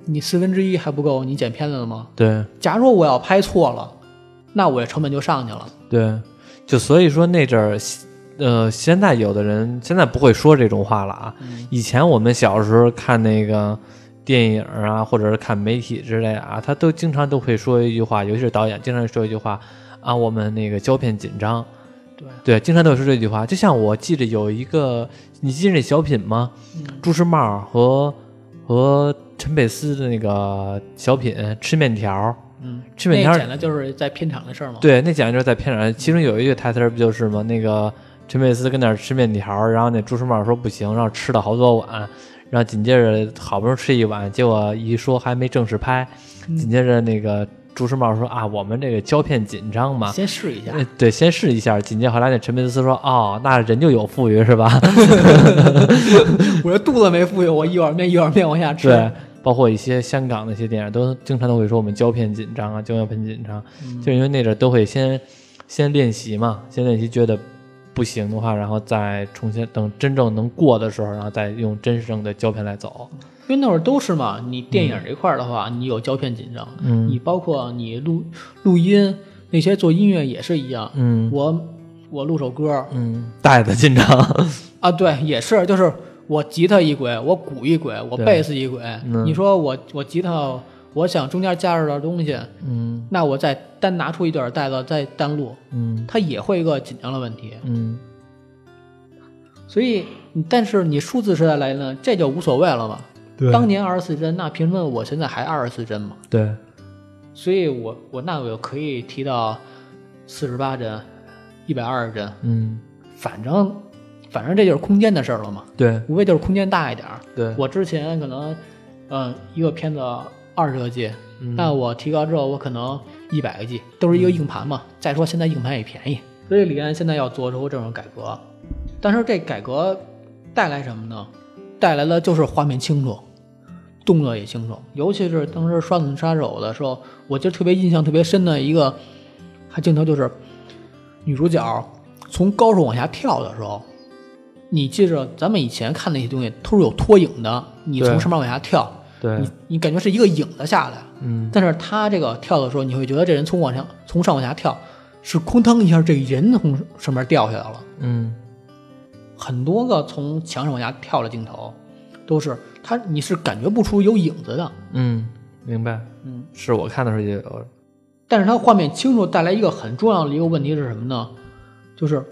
B: 你四分之一还不够，你剪片子了吗？
A: 对
B: 假如说我要拍错了，那我这成本就上去了。
A: 对，就所以说那阵儿。呃，现在有的人现在不会说这种话了啊。
B: 嗯
A: 以前我们小时候看那个电影啊，或者是看媒体之类啊，他都经常都会说一句话，尤其是导演经常说一句话啊，我们那个胶片紧张，
B: 对，
A: 对，经常都有说这句话。就像我记着有一个，你记着那小品吗？
B: 嗯
A: 朱时茂和和陈佩斯的那个小品《吃面条》，
B: 嗯，
A: 吃面条
B: 那剪的就是在片场的事儿嘛。
A: 对，那讲的就是在片场，其中有一句台词儿不就是吗？那个陈佩斯跟那儿吃面条儿，然后那朱时茂说不行，然后吃了好多碗，然后紧接着好不容易吃一碗，结果一说还没正式拍，
B: 嗯
A: 紧接着那个朱时茂说啊，我们这个胶片紧张嘛。
B: 先试一下。
A: 呃对，先试一下。紧接着后来那陈佩斯说：“哦，那人就有富裕是吧？”
B: 我这肚子没富裕，我一碗面一碗面往下吃。
A: 对，包括一些香港那些电影，都经常都会说我们胶片紧张啊，胶片紧张，就因为那阵儿都会先先练习嘛，先练习觉得不行的话，然后再重新等真正能过的时候，然后再用真正的胶片来走。
B: 因为那会儿都是嘛，你电影这块儿的话，你有胶片紧张，
A: 嗯
B: 你包括你录录音那些做音乐也是一样。
A: 嗯
B: 我我录首歌
A: 嗯，带的紧张。
B: 啊，对，也是，就是我吉他一轨，我鼓一轨，我
A: 对
B: 贝斯一轨。
A: 嗯
B: 你说我我吉他，我想中间加入点东西，
A: 嗯
B: 那我再单拿出一段带子再单录，
A: 嗯
B: 它也会一个紧张的问题。
A: 嗯
B: 所以，嗯但是你数字时代来呢，这就无所谓了嘛。
A: 对
B: 当年二十四帧，那凭什么我现在还二十四帧嘛？
A: 对，
B: 所以我我那我可以提到四十八帧、一百二十帧，
A: 嗯
B: 反正反正这就是空间的事儿了嘛，
A: 对
B: 无非就是空间大一点儿。
A: 对，
B: 呃我之前可能，嗯、一个片子二十个 G，
A: 嗯
B: 但我提高之后，我可能一百个 G 都是一个硬盘嘛。再说现在硬盘也便宜，嗯所以李安现在要做出这种改革，但是这改革带来什么呢？带来的就是画面清楚，动作也清楚。尤其是当时刷《子杀手》的时候，我就特别印象特别深的一个还镜头就是女主角从高处往下跳的时候，你记着咱们以前看那些东西都是有拖影的，你
A: 对
B: 从上面往下跳，
A: 对
B: 你，你感觉是一个影子下来。
A: 嗯，
B: 但是他这个跳的时候，你会觉得这人从往上从上往下跳，是哐当一下，这人从上面掉下来了。
A: 嗯，
B: 很多个从墙上往下跳的镜头，都是他你是感觉不出有影子的，
A: 嗯，明白。
B: 嗯，
A: 是我看的时候也有，
B: 但是它画面清楚带来一个很重要的一个问题是什么呢？就是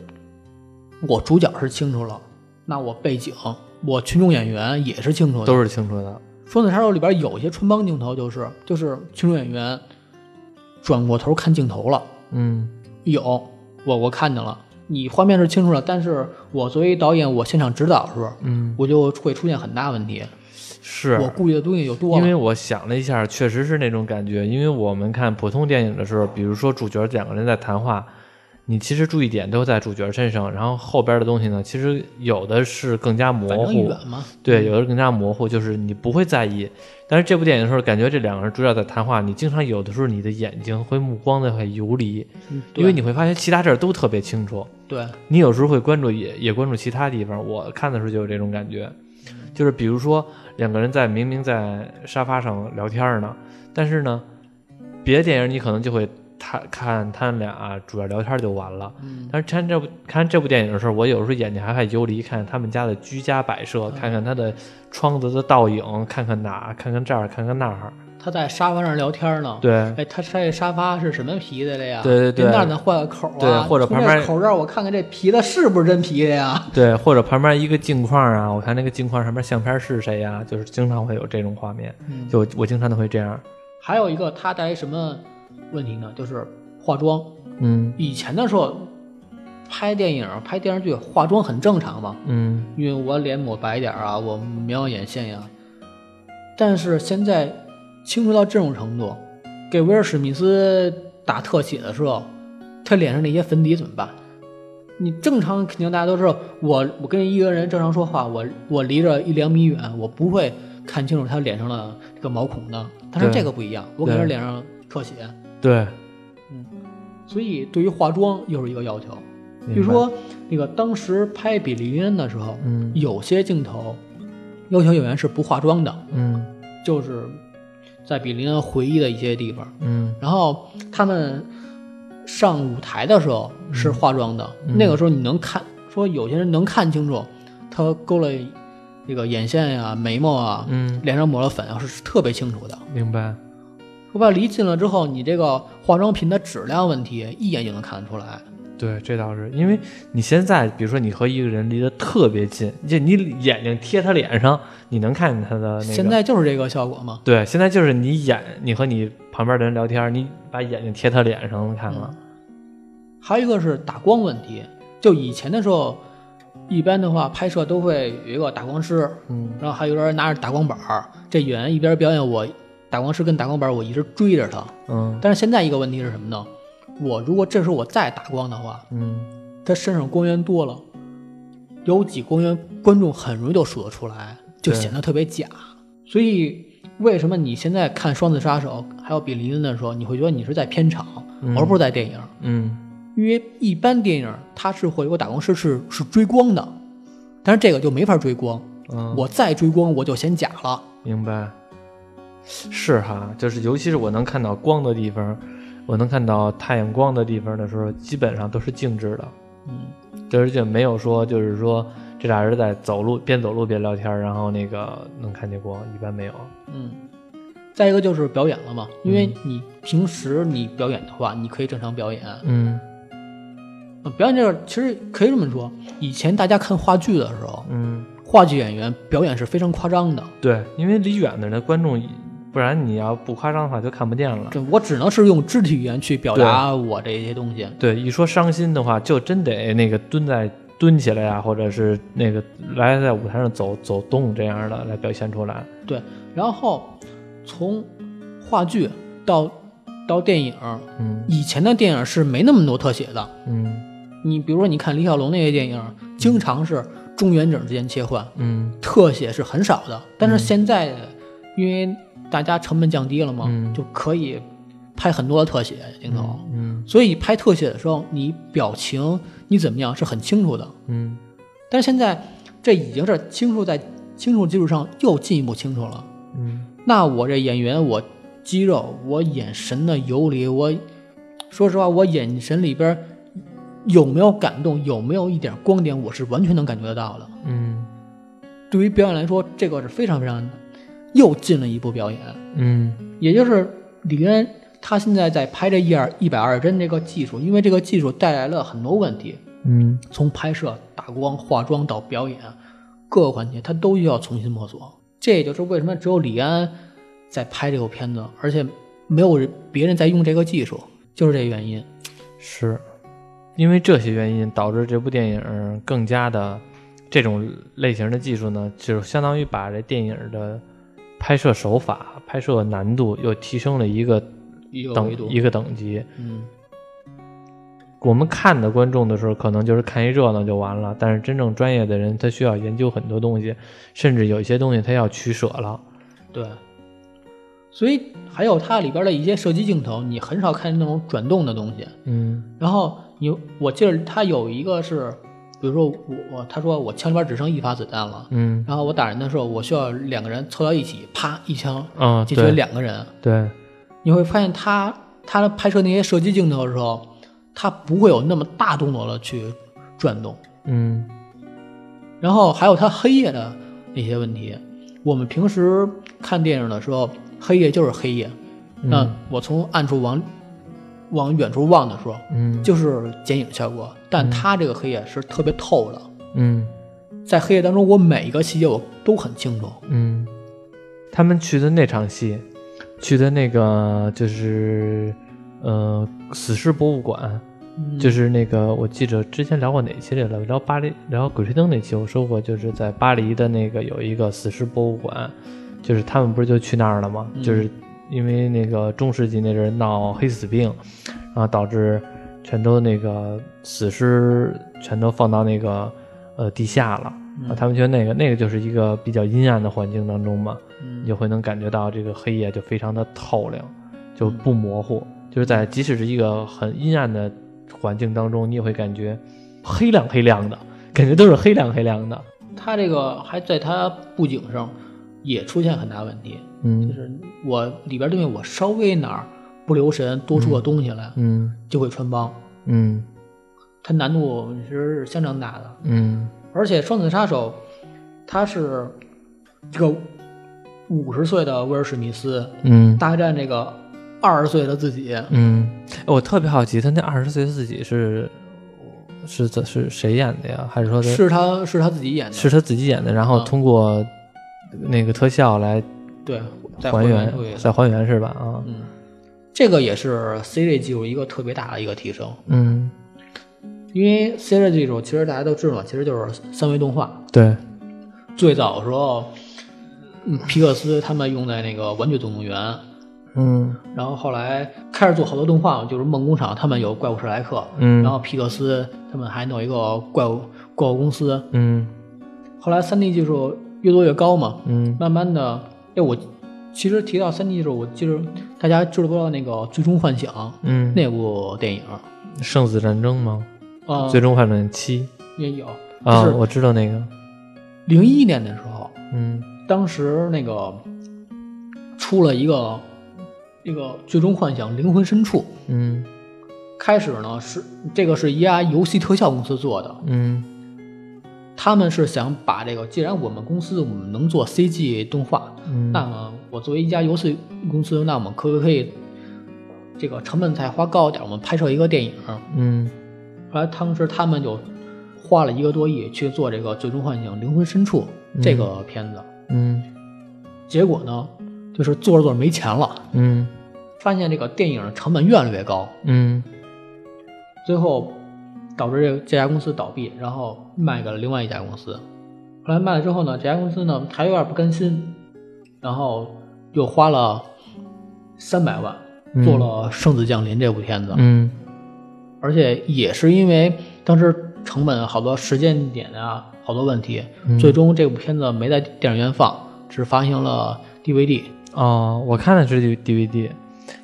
B: 我主角是清楚了，那我背景我群众演员也是清楚的，
A: 都是清楚的。
B: 《双子杀手》里边有一些穿帮镜头，就是就是群众演员转过头看镜头了，
A: 嗯
B: 有我我看见了，你画面是清楚了，但是我作为导演，我现场指导的时候，
A: 嗯，
B: 我就会出现很大问题，
A: 是
B: 我顾虑的东西就多
A: 因
B: 了，
A: 为我想了一下，确实是那种感觉。因为我们看普通电影的时候，比如说主角两个人在谈话，你其实注意点都在主角身上，然后后边的东西呢，其实有的是更加模
B: 反正
A: 糊，
B: 远嘛，
A: 对，有的更加模糊，就是你不会在意。但是这部电影的时候，感觉这两个人主角在谈话，你经常有的时候你的眼睛会目光的很游离，
B: 嗯
A: 因为你会发现其他地儿都特别清楚。
B: 对
A: 你有时候会关注也也关注其他地方。我看的时候就有这种感觉，就是比如说两个人在明明在沙发上聊天呢，但是呢，别的电影你可能就会他看他俩、主要聊天就完了。
B: 嗯
A: 但是看这部看这部电影的时候，我有时候眼睛还会游离，看他们家的居家摆设，看看他的窗子的倒影，看看哪，看看这儿，看看那儿。
B: 他在沙发上聊天呢，
A: 对，
B: 哎，他这沙发是什么皮的了呀？哎
A: 对对对
B: 那儿咱换个口啊，
A: 对或者
B: 从这
A: 旁边
B: 口这儿我看看这皮子是不是真皮的呀？
A: 对，或者旁边一个镜框啊，我看那个镜框上面相片是谁呀、就是经常会有这种画面，
B: 嗯
A: 就我经常都会这样。
B: 还有一个他带来什么问题呢？就是化妆。
A: 嗯
B: 以前的时候，拍电影、拍电视剧化妆很正常嘛，
A: 嗯
B: 因为我脸抹白点儿啊，我眉毛眼线呀。但是现在清楚到这种程度，给威尔史密斯打特写的时候，他脸上那些粉底怎么办？你正常肯定大家都知道，我我跟一个人正常说话，我我离着一两米远，我不会看清楚他脸上的这个毛孔的。但是
A: 对
B: 这个不一样，我给他
A: 对
B: 脸上特写，，
A: 对，
B: 所以对于化妆又是一个要求。比如
A: 明白，
B: 说那个当时拍《比利林恩》的时候，
A: 嗯
B: 有些镜头要求演员是不化妆的，
A: 嗯
B: 就是在比利林恩回忆的一些地方。
A: 嗯
B: 然后他们上舞台的时候是化妆的，
A: 嗯
B: 那个时候你能看说有些人能看清楚，他勾了那个眼线呀、眉毛啊，
A: 嗯，
B: 脸上抹了粉啊，是特别清楚的。
A: 明白，
B: 说白了，离近了之后，你这个化妆品的质量问题一眼就能看得出来。
A: 对，这倒是，因为你现在比如说你和一个人离得特别近，就你眼睛贴他脸上，你能看见他呃的那个。
B: 现在就是这个效果嘛。
A: 对，现在就是你眼，你和你旁边的人聊天，你把眼睛贴他脸上能看了。
B: 还有一个是打光问题，就以前的时候，一般的话拍摄都会有一个打光师，
A: 嗯
B: 然后还有人拿着打光板儿，这演员一边表演我打光师跟打光板儿，我一直追着他。
A: 嗯
B: 但是现在一个问题是什么呢？我如果这时候我再打光的话，
A: 嗯，
B: 他身上光源多了，有几光源观众很容易就数得出来，就
A: 对
B: 显得特别假。所以为什么你现在看《双子杀手》还有《比利林》的时候，你会觉得你是在片场，
A: 嗯
B: 而不是在电影？
A: 嗯
B: 因为一般电影它是会有打光师是是追光的，但是这个就没法追光。
A: 嗯，
B: 我再追光我就显假了。
A: 明白。是哈，就是尤其是我能看到光的地方，我能看到太阳光的地方的时候，基本上都是静止的。
B: 嗯，
A: 就是就没有说，就是说这俩人在走路边走路边聊天儿，然后那个能看见光，一般没有。
B: 嗯。再一个就是表演了嘛，
A: 嗯
B: 因为你平时你表演的话，你可以正常表演。
A: 嗯
B: 呃表演这个其实可以这么说，以前大家看话剧的时候，
A: 嗯，
B: 话剧演员表演是非常夸张的。
A: 对，因为离远的人观众，不然你要不夸张的话就看不见了。
B: 这我只能是用肢体语言去表达我这些东西。
A: 对，一说伤心的话，就真得那个蹲在蹲起来呀、或者是那个来在舞台上走走动这样的来表现出来。
B: 对，然后从话剧到到电影，
A: 嗯
B: 以前的电影是没那么多特写的。
A: 嗯
B: 你比如说，你看李小龙那些电影，经常是中远景之间切换，
A: 嗯
B: 特写是很少的。但是现在，因为大家成本降低了嘛，
A: 嗯
B: 就可以拍很多的特写镜头，
A: 嗯
B: 所以拍特写的时候，你表情你怎么样是很清楚的。
A: 嗯
B: 但是现在这已经是清楚在清楚的基础上又进一步清楚了。
A: 嗯
B: 那我这演员，我肌肉，我眼神的游离，我说实话，我眼神里边有没有感动，有没有一点光点，我是完全能感觉得到的。
A: 嗯
B: 对于表演来说，这个是非常非常又进了一步表演，
A: 嗯
B: 也就是李安他现在在拍这一二一百二十帧这个技术，因为这个技术带来了很多问题，
A: 嗯
B: 从拍摄、打光、化妆到表演，各个环节他都需要重新摸索。这也就是为什么只有李安在拍这部片子，而且没有人别人在用这个技术，就是这原因。
A: 是，因为这些原因导致这部电影更加的这种类型的技术呢，就相当于把这电影的拍摄手法、拍摄难度又提升了一个
B: 一个维
A: 等
B: 度，
A: 一个等级。
B: 嗯，
A: 我们看的观众的时候，可能就是看一热闹就完了，但是真正专业的人，他需要研究很多东西，甚至有一些东西他要取舍了。
B: 对。所以还有它里边的一些射击镜头，你很少看那种转动的东西。
A: 嗯
B: 然后你，我记得他有一个是，比如说我我他说我枪里边只剩一发子弹了，
A: 嗯
B: 然后我打人的时候，我需要两个人凑到一起，啪一枪
A: 啊，
B: 解决
A: 对
B: 两个人。
A: 对，
B: 你会发现他他拍摄那些射击镜头的时候，他不会有那么大动作的去转动。
A: 嗯
B: 然后还有他黑夜的那些问题，我们平时看电影的时候，黑夜就是黑夜。那
A: 嗯
B: 我从暗处往往远处望的时候，
A: 嗯
B: 就是剪影效果，但他这个黑夜是特别透的，
A: 嗯
B: 在黑夜当中，我每一个细节我都很清楚。
A: 嗯，他们去的那场戏，去的那个就是呃死尸博物馆，
B: 嗯
A: 就是那个，我记着之前聊过哪期来了，聊巴黎，聊《鬼吹灯》那期，我说过，就是在巴黎的那个有一个死尸博物馆，就是他们不是就去那儿了吗？
B: 嗯
A: 就是因为那个中世纪那阵儿闹黑死病，然后导致全都那个死尸全都放到那个呃地下了，
B: 嗯
A: 啊，他们觉得那个那个就是一个比较阴暗的环境当中嘛，
B: 嗯
A: 你就会能感觉到这个黑夜就非常的透亮，就不模糊，就是在即使是一个很阴暗的环境当中，你也会感觉黑亮黑亮的，感觉都是黑亮黑亮的。
B: 他这个还在他布景上也出现很大问题，就
A: 嗯
B: 是我里边东西我稍微哪儿不留神多出个东西来，
A: 嗯
B: 就会穿帮，
A: 嗯
B: 它难度是相当大的。
A: 嗯
B: 而且《双子杀手》，他是这个五十岁的威尔史密斯
A: 嗯
B: 大战这个二十岁的自己，
A: 嗯，我特别好奇，他那二十岁的自己是是怎是谁演的呀？还是嗯说他
B: 是他是他自己演的，
A: 是他自己演的，然后
B: 啊
A: 通过那个特效来
B: 对，在
A: 还原
B: 回忆，
A: 再还原是吧？啊，
B: 嗯，这个也是 CG 技术一个特别大的一个提升。
A: 嗯，
B: 因为 CG 技术其实大家都知道嘛，其实就是三维动画。
A: 对，
B: 最早的时候，嗯皮克斯他们用在那个《玩具总动员》，
A: 嗯
B: 然后后来开始做好多动画，就是梦工厂他们有怪物史莱克，
A: 嗯，
B: 然后皮克斯他们还弄一个怪物怪物公司。
A: 嗯
B: 后来 3D 技术越做越高嘛，
A: 嗯
B: 慢慢的，哎，我其实提到 3D 技术，我记得大家知不知道那个《最终幻想》
A: 嗯，
B: 那部电影？
A: 生死战争吗？
B: 啊、
A: 最终幻想七
B: 也有，
A: 啊，
B: 就是
A: 我知道那个，
B: 零一年的时候，
A: 嗯
B: 当时那个出了一个那个《最终幻想：灵魂深处》。
A: 嗯
B: 开始呢是这个是一家游戏特效公司做的，
A: 嗯
B: 他们是想把这个，既然我们公司我们能做 CG 动画，
A: 嗯，
B: 那么我作为一家游戏公司，那我们可不可以这个成本再花高一点，我们拍摄一个电影？
A: 嗯
B: 后来当时他们就花了一个多亿去做这个《最终幻想：灵魂深处
A: 嗯》
B: 这个片子，
A: 嗯
B: 结果呢，就是做着做着没钱了，
A: 嗯
B: 发现这个电影成本越来越高，
A: 嗯
B: 最后导致这这家公司倒闭，然后卖给了另外一家公司。后来卖了之后呢，这家公司呢还有点不甘心，然后又花了三百万
A: 嗯
B: 做了《圣子降临》这部片子，
A: 嗯
B: 而且也是因为当时成本好多时间点啊，好多问题，
A: 嗯
B: 最终这部片子没在电影院放，只发行了 DVD。
A: 哦，我看的是 D- DVD，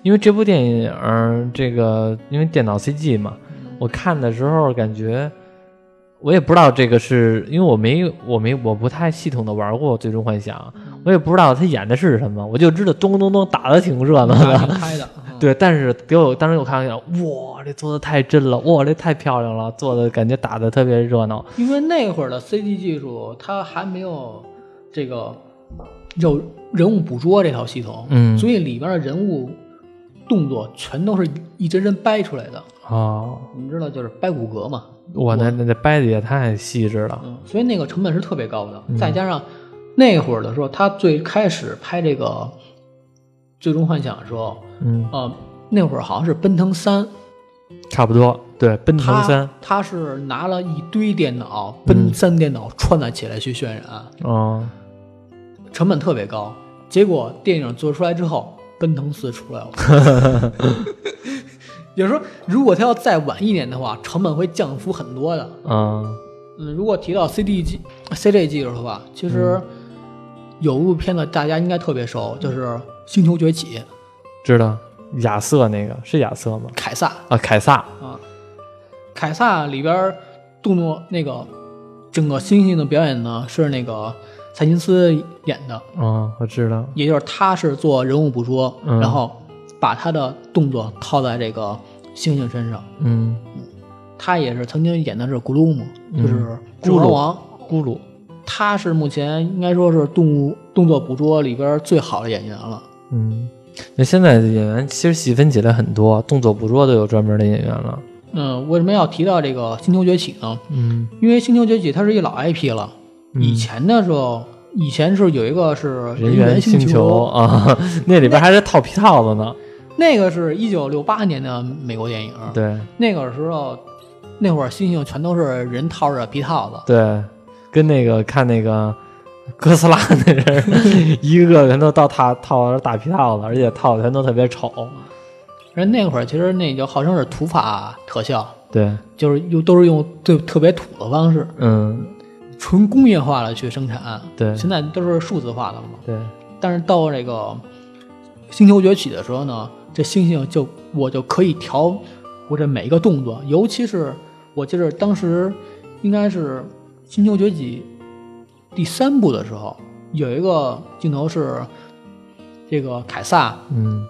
A: 因为这部电影儿这个因为电脑 CG 嘛，
B: 嗯
A: 我看的时候感觉我也不知道这个是因为我没我没我不太系统的玩过《最终幻想》，
B: 嗯
A: 我也不知道他演的是什么，我就知道咚咚咚打的挺热闹的，
B: 拍的，嗯
A: 对，但是给我当时我看了一眼，哇，这做的太真了，哇，这太漂亮了，做的感觉打的特别热闹，
B: 因为那会儿的 CG 技术它还没有这个呃有人物捕捉这套系统，
A: 嗯
B: 所以里边的人物动作全都是一帧帧掰出来的。
A: 哦，
B: 我们知道就是掰骨骼嘛，
A: 我那那那掰的也太细致了，
B: 嗯，所以那个成本是特别高
A: 嗯
B: 的。再加上那会儿的时候，他最开始拍这个《最终幻想》的时候，
A: 嗯，
B: 呃，那会儿好像是奔腾三，
A: 差不多，对，奔腾三嗯
B: 他，他是拿了一堆电脑，奔三电脑串了起来去渲染，
A: 哦，
B: 成本特别高。结果电影做出来之后，奔腾四出来了。也就是说，如果他要再晚一年的话，成本会降幅很多的。
A: 嗯
B: 嗯，如果提到 CDG、CJ 技术的话，其实有一部片子大家应该特别熟，就是《星球崛起》，
A: 知道亚瑟那个是亚瑟吗？
B: 凯撒
A: 啊，凯撒，
B: 啊，凯撒里边儿动作那个整个猩猩的表演呢是那个蔡金斯演的，
A: 嗯，我知道，
B: 也就是他是做人物捕捉，
A: 嗯
B: 然后把他的动作套在这个猩猩身上。
A: 嗯，
B: 他也是曾经演的是咕噜姆，就是
A: 咕噜
B: 指环王。
A: 咕噜，
B: 他是目前应该说是动物动作捕捉里边最好的演员了。
A: 嗯，那现在的演员其实细分起来很多，动作捕捉都有专门的演员了，
B: 嗯，为什么要提到这个《星球崛起》呢？
A: 嗯
B: 因为《星球崛起》它是一老 IP 了，以前的时候，以前是有一个是
A: 人猿
B: 星
A: 星球啊， 那里边还是套皮套子呢，
B: 那个是一九六八年的美国电影，
A: 对。
B: 那个时候，那会儿猩猩全都是人套着皮套子，
A: 对，跟那个看那个哥斯拉那人，一个个全都到套套着大皮套子，而且套的全都特别丑。
B: 而那会儿其实那就号称是土法特效，
A: 对，
B: 就是又都是用最特别土的方式，
A: 嗯，
B: 纯工业化的去生产。
A: 对
B: 现在都是数字化的了嘛。
A: 对，
B: 但是到这个星球崛起的时候呢，这猩猩就我就可以调我这每一个动作，尤其是我记得当时应该是星球崛起第三部的时候，有一个镜头是这个凯撒
A: 嗯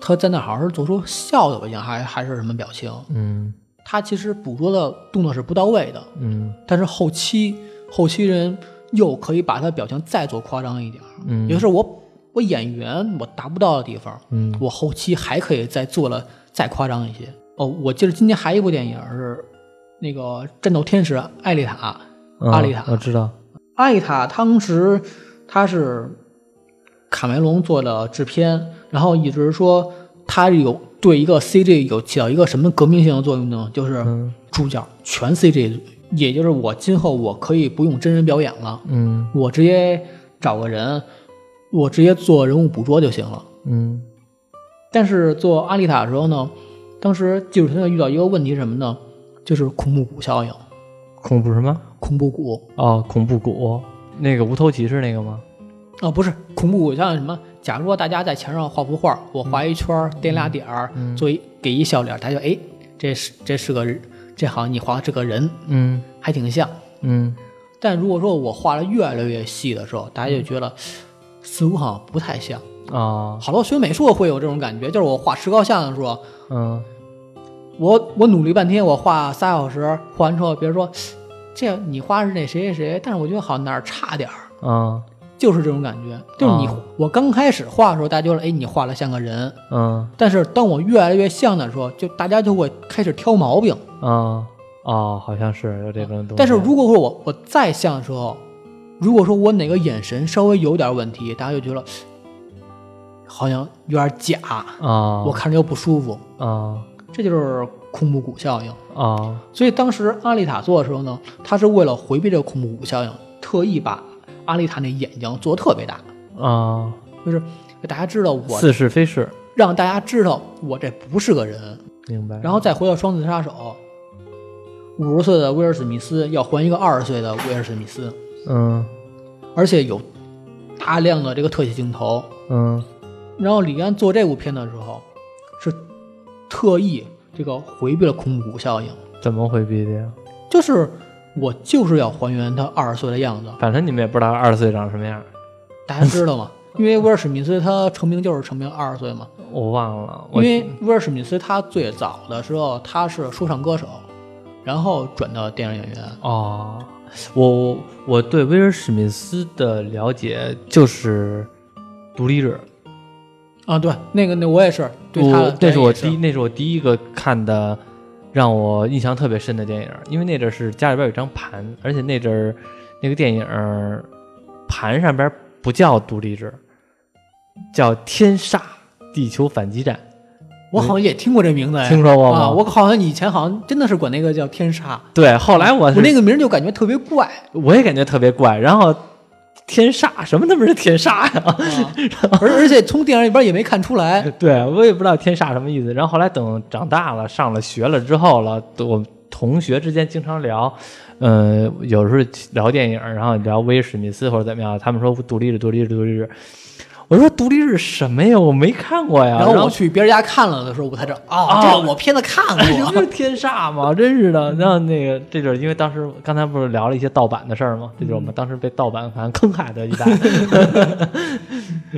B: 他在那好像是做出笑的表情，还还是什么表情，
A: 嗯
B: 他其实捕捉的动作是不到位的，
A: 嗯
B: 但是后期后期人又可以把他的表情再做夸张一点儿，
A: 嗯
B: 也就是我我演员我达不到的地方，
A: 嗯
B: 我后期还可以再做了再夸张一些。哦，我记得今年还有一部电影是那个《战斗天使艾丽塔》，
A: 嗯，
B: 阿丽塔
A: 我知道，
B: 艾丽塔当时她是卡梅隆做的制片，然后一直说他有对一个 CG 有起到一个什么革命性的作用呢？就是
A: 嗯
B: 主角全 CG，也就是我今后我可以不用真人表演了，
A: 嗯
B: 我直接找个人，我直接做人物捕捉就行了。
A: 嗯
B: 但是做阿丽塔的时候呢，当时技术团队遇到一个问题是什么呢？就是恐怖谷效应，
A: 恐怖什么？
B: 恐怖谷
A: 哦，恐怖谷，那个无头骑士那个吗？
B: 啊、不是恐怖谷效应什么？假如说大家在墙上画幅画，我画一圈儿，点俩点儿，做一给一笑脸，大家就哎，这是这是个人这好像你画的是个人，
A: 嗯
B: 还挺像。
A: 嗯
B: 但如果说我画的越来越细的时候，大家就觉得似乎好像不太像。
A: 啊
B: 好多学美术会有这种感觉，就是我画石膏像的时候，
A: 嗯
B: 我我努力半天，我画仨小时，画完之后，别人说这你画是那谁谁谁，但是我觉得好像哪儿差点儿，
A: 嗯
B: 就是这种感觉。就是你、
A: 哦
B: 我刚开始画的时候，大家觉得哎你画的像个人，
A: 嗯
B: 但是当我越来越像的时候，就大家就会开始挑毛病。
A: 嗯哦，好像是有这种东西。
B: 但是如果说我我再像的时候，如果说我哪个眼神稍微有点问题，大家就觉得好像有点假，
A: 啊
B: 我看着又不舒服，
A: 啊
B: 这就是恐怖谷效应。
A: 啊
B: 所以当时阿丽塔做的时候呢，他是为了回避这个恐怖谷效应，特意把阿丽塔那眼睛做得特别大，
A: 啊，
B: 就是大家知道我
A: 似是非是。
B: 让大家知道我这不是个人。
A: 明白。
B: 然后再回到《双子杀手》，五十岁的威尔史密斯要还一个二十岁的威尔史密斯，
A: 嗯
B: 而且有大量的这个特写镜头。
A: 嗯
B: 然后李安做这部片的时候，是特意这个回避了恐怖谷效应，
A: 怎么回避的呀？
B: 就是我就是要还原他二十岁的样子，
A: 反正你们也不知道二十岁长什么样，
B: 大家知 道吗？因为威尔史密斯他成名就是成名二十岁嘛，
A: 我忘了。
B: 因
A: 我
B: 为威尔史密斯他最早的时候他是说唱歌手，然后转到电影演员。
A: 哦，我我我对威尔史密斯的了解就是独立日，
B: 啊，对，那个那我也是对他
A: 我
B: 的，
A: 那是我
B: 也
A: 第一那是我第一个看的让我印象特别深的电影，因为那阵儿是家里边有一张盘，而且那阵儿那个电影儿盘上边不叫独立日，叫《天煞地球反击战
B: 我好像也听过这名字》，哎，
A: 听说过吗？
B: 啊，我好像以前好像真的是管那个叫天煞，
A: 对，后来我
B: 我
A: 是
B: 那个名儿就感觉特别怪，
A: 我也感觉特别怪，然后天煞什么他妈是天煞呀？
B: 啊而而且从电影里边也没看出来，
A: 对我也不知道天煞什么意思。然后后来等长大了，上了学了之后了，我同学之间经常聊，呃，有时候聊电影，然后聊威尔史密斯或者怎么样，他们说独立日，独立日，独立日。我说独立日什么呀？我没看过呀。
B: 然后我去别人家看了的时候，我才知道啊，
A: 啊
B: 这个我片子看
A: 这
B: 过，
A: 不是天煞吗？真是的。然后那个，这就是因为当时刚才不是聊了一些盗版的事儿吗？这就是我们当时被盗版反正坑害的一代。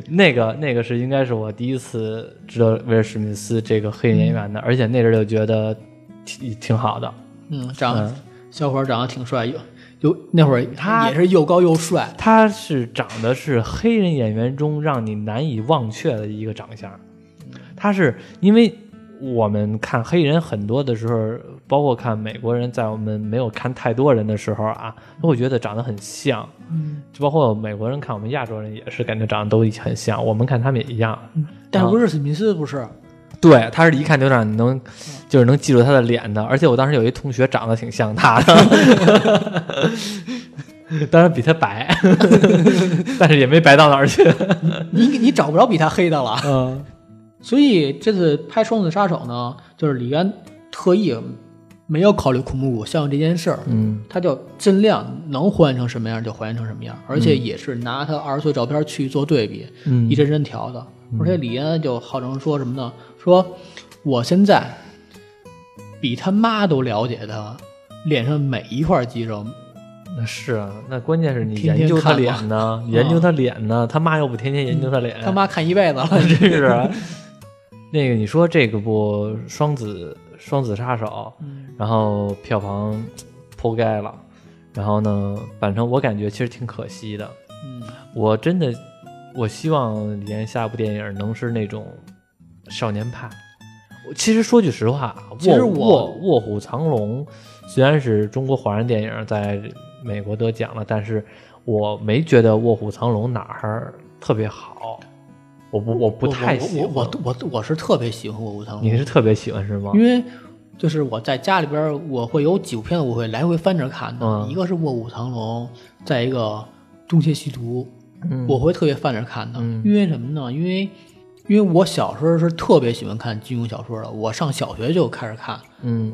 A: 那个那个是应该是我第一次知道威尔史密斯这个黑人演员的，而且那阵儿就觉得挺挺好的。
B: 嗯，长
A: 嗯
B: 小伙儿长得挺帅，有有那会儿
A: 他
B: 也是又高又帅，
A: 他是长得是黑人演员中让你难以忘却的一个长相。他是因为我们看黑人很多的时候，包括看美国人，在我们没有看太多人的时候啊，都会觉得长得很像。
B: 嗯，
A: 就包括美国人看我们亚洲人也是感觉长得都很像，我们看他们也一样。
B: 但
A: 啊
B: 威尔史密斯不是，
A: 对，他是一看就让你能，就是能记住他的脸的。而且我当时有一同学长得挺像他的， 当然比他白， 但是也没白到哪儿去。
B: 你你找不着比他黑的了。
A: 嗯
B: 所以这次拍《双子杀手》呢，就是李安特意没有考虑恐怖谷效应这件事儿，
A: 嗯
B: 他就尽量能还原成什么样就还原成什么样，而且也是拿他二十岁照片去做对比，
A: 嗯
B: 一帧帧调的。而且李安就号称说什么呢？说我现在比他妈都了解他脸上每一块肌肉，
A: 那是啊，那关键是你
B: 天天
A: 研究他
B: 看嘛嗯
A: 脸呢，研究他脸呢，他妈又不天天研究他脸，
B: 他妈看一辈子了。
A: 真 是啊。那个你说这个部双子双子杀手，
B: 嗯
A: 然后票房扑街了，然后呢，反正我感觉其实挺可惜的。
B: 嗯
A: 我真的，我希望李安下部电影能是那种少年派。我其实说句实话，
B: 其实
A: 卧
B: 我
A: 卧卧虎藏龙虽然是中国华人电影在美国得奖了，但是我没觉得卧虎藏龙哪儿特别好。我不我不太喜
B: 我
A: 欢。
B: 我我我我是特别喜欢《卧虎藏龙》，
A: 你是特别喜欢是吗？
B: 因为就是我在家里边儿，我会有几部片子，我会来回翻着看的。
A: 嗯
B: 一个是《卧虎藏龙》，再一个《东邪西毒》
A: 嗯
B: 我会特别翻着看的。
A: 嗯
B: 因为什么呢？因为因为我小时候是特别喜欢看金庸小说的，我上小学就开始看
A: 嗯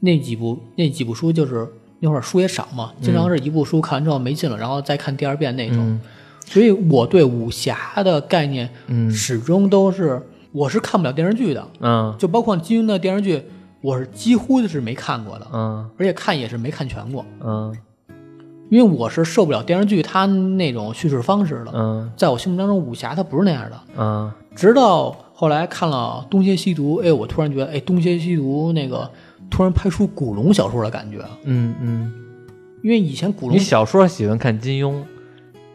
B: 那几部那几部书，就是那会儿书也少嘛，经常是一部书看完之后没劲了，然后再看第二遍那种。
A: 嗯
B: 所以我对武侠的概念
A: 嗯
B: 始终都是、我是看不了电视剧的。
A: 嗯
B: 就包括金庸的电视剧，我是几乎是没看过的，
A: 嗯
B: 而且看也是没看全过，
A: 嗯
B: 因为我是受不了电视剧它那种叙事方式的。
A: 嗯
B: 在我心目当中，武侠它不是那样的。
A: 嗯
B: 直到后来看了《东邪西毒》，哎，我突然觉得，哎，《东邪西毒》那个突然拍出古龙小说的感觉，
A: 嗯嗯。
B: 因为以前古龙
A: 你小说喜欢看金庸，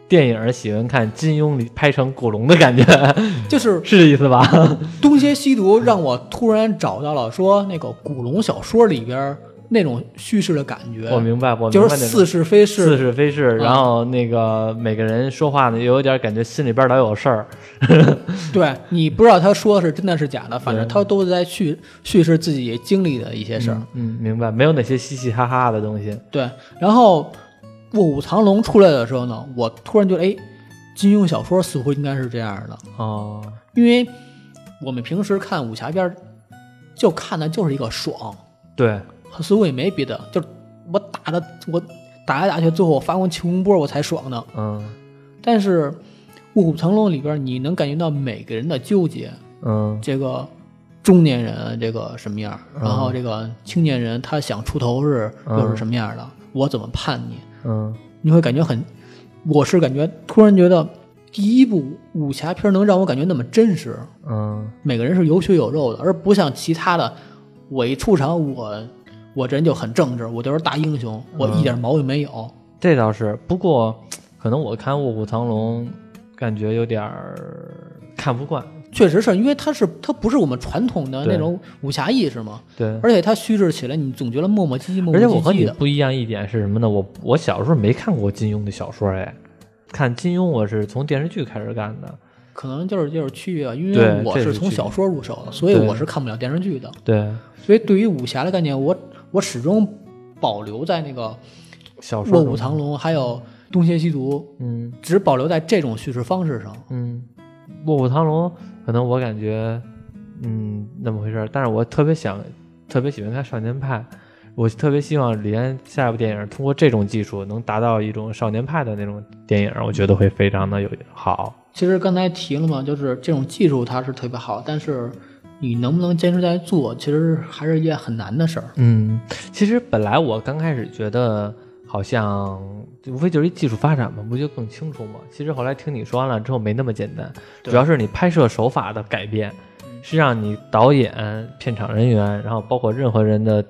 A: 电影喜欢看金庸里拍成古龙的感觉。
B: 就是《
A: 是这意思吧？
B: 东邪西毒》，让我突然找到了说那个古龙小说里边那种叙事的感觉，
A: 我明白，我明白
B: 就是
A: 那种
B: 似是非是嗯
A: 似是非是，然后那个每个人说话呢，也有点感觉心里边老有事儿。
B: 对你不知道他说的是真的是假的，反正他都是在叙叙事自己经历的一些事儿。
A: 嗯，明白，没有那些嘻嘻哈哈的东西。
B: 对，然后《卧虎藏龙》出来的时候呢，我突然觉得，哎，金庸小说似乎应该是这样的，
A: 哦，
B: 因为我们平时看武侠片儿，就看的就是一个爽，
A: 对，
B: 所以我也没别的，就是我打的我打来打去，最后我发光气功波我才爽呢。
A: 嗯
B: 但是《卧虎藏龙》里边，你能感觉到每个人的纠结，
A: 嗯
B: 这个中年人啊这个什么样儿，
A: 嗯
B: 然后这个青年人他想出头是
A: 嗯
B: 又是什么样儿的，我怎么判你？
A: 嗯
B: 你会感觉很，我是感觉突然觉得第一部武侠片能让我感觉那么真实，
A: 嗯
B: 每个人是有血有肉的，而不像其他的，我一出场我我这人就很正直，我就是大英雄，
A: 嗯
B: 我一点毛病没有。
A: 这倒是，不过可能我看《卧虎藏龙》，感觉有点儿看不惯。
B: 确实是因为它是它不是我们传统的
A: 对
B: 那种武侠意识嘛，
A: 对，
B: 而且它虚制起来你总觉得磨磨唧唧磨
A: 而
B: 磨
A: 且我和
B: 唧唧
A: 你
B: 的。
A: 不一样一点是什么呢？我我小时候没看过金庸的小说，哎，看金庸我是从电视剧开始看的。
B: 可能就是就是区别吧，啊因为
A: 对
B: 我
A: 这是
B: 是从
A: 区别
B: 小说入手的，所以
A: 对
B: 我是看不了电视剧的。
A: 对，
B: 所以对于武侠的概念，我我始终保留在那个
A: 小
B: 《
A: 说
B: 卧
A: 中
B: 虎藏龙》还有《东邪西毒
A: 嗯》，
B: 只保留在这种叙事方式上。
A: 嗯，《卧虎藏龙》可能我感觉嗯那么回事儿，但是我特别想，特别喜欢看少年派。我特别希望李安下一部电影通过这种技术能达到一种少年派的那种电影，我觉得会非常的有好。
B: 其实刚才提了嘛，就是这种技术它是特别好，但是你能不能坚持在做，其实还是一件很难的事儿。
A: 嗯，其实本来我刚开始觉得好像无非就是一技术发展嘛，不就更清楚吗？其实后来听你说完了之后，没那么简单，
B: 对
A: 主要是你拍摄手法的改变，是让你导演、片场人员，然后包括任何人的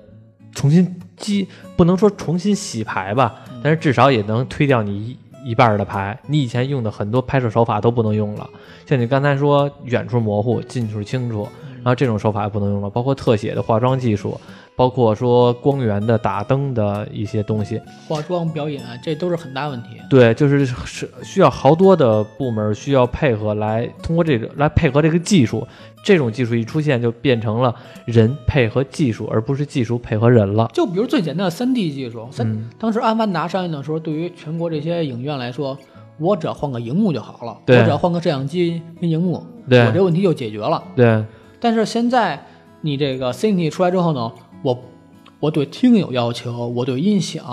A: 重新激，不能说重新洗牌吧，但是至少也能推掉你一一半儿的牌。你以前用的很多拍摄手法都不能用了，像你刚才说远处模糊，近处清楚，然后这种手法也不能用了，包括特写的化妆技术，包括说光源的打灯的一些东西，
B: 化妆、表演啊这都是很大问题。
A: 对，就是是需要好多的部门需要配合来通过这个来配合这个技术，这种技术一出现就变成了人配合技术，而不是技术配合人了。
B: 就比如最简单的三 D 技术，三、当时《阿凡达》上映的时候，对于全国这些影院来说，我只要换个荧幕就好了，我
A: 对
B: 只要换个摄像机跟荧幕，
A: 对
B: 我这问题就解决了。
A: 嗯对，
B: 但是现在你这个 CNT 出来之后呢，我我对听有要求，我对音响，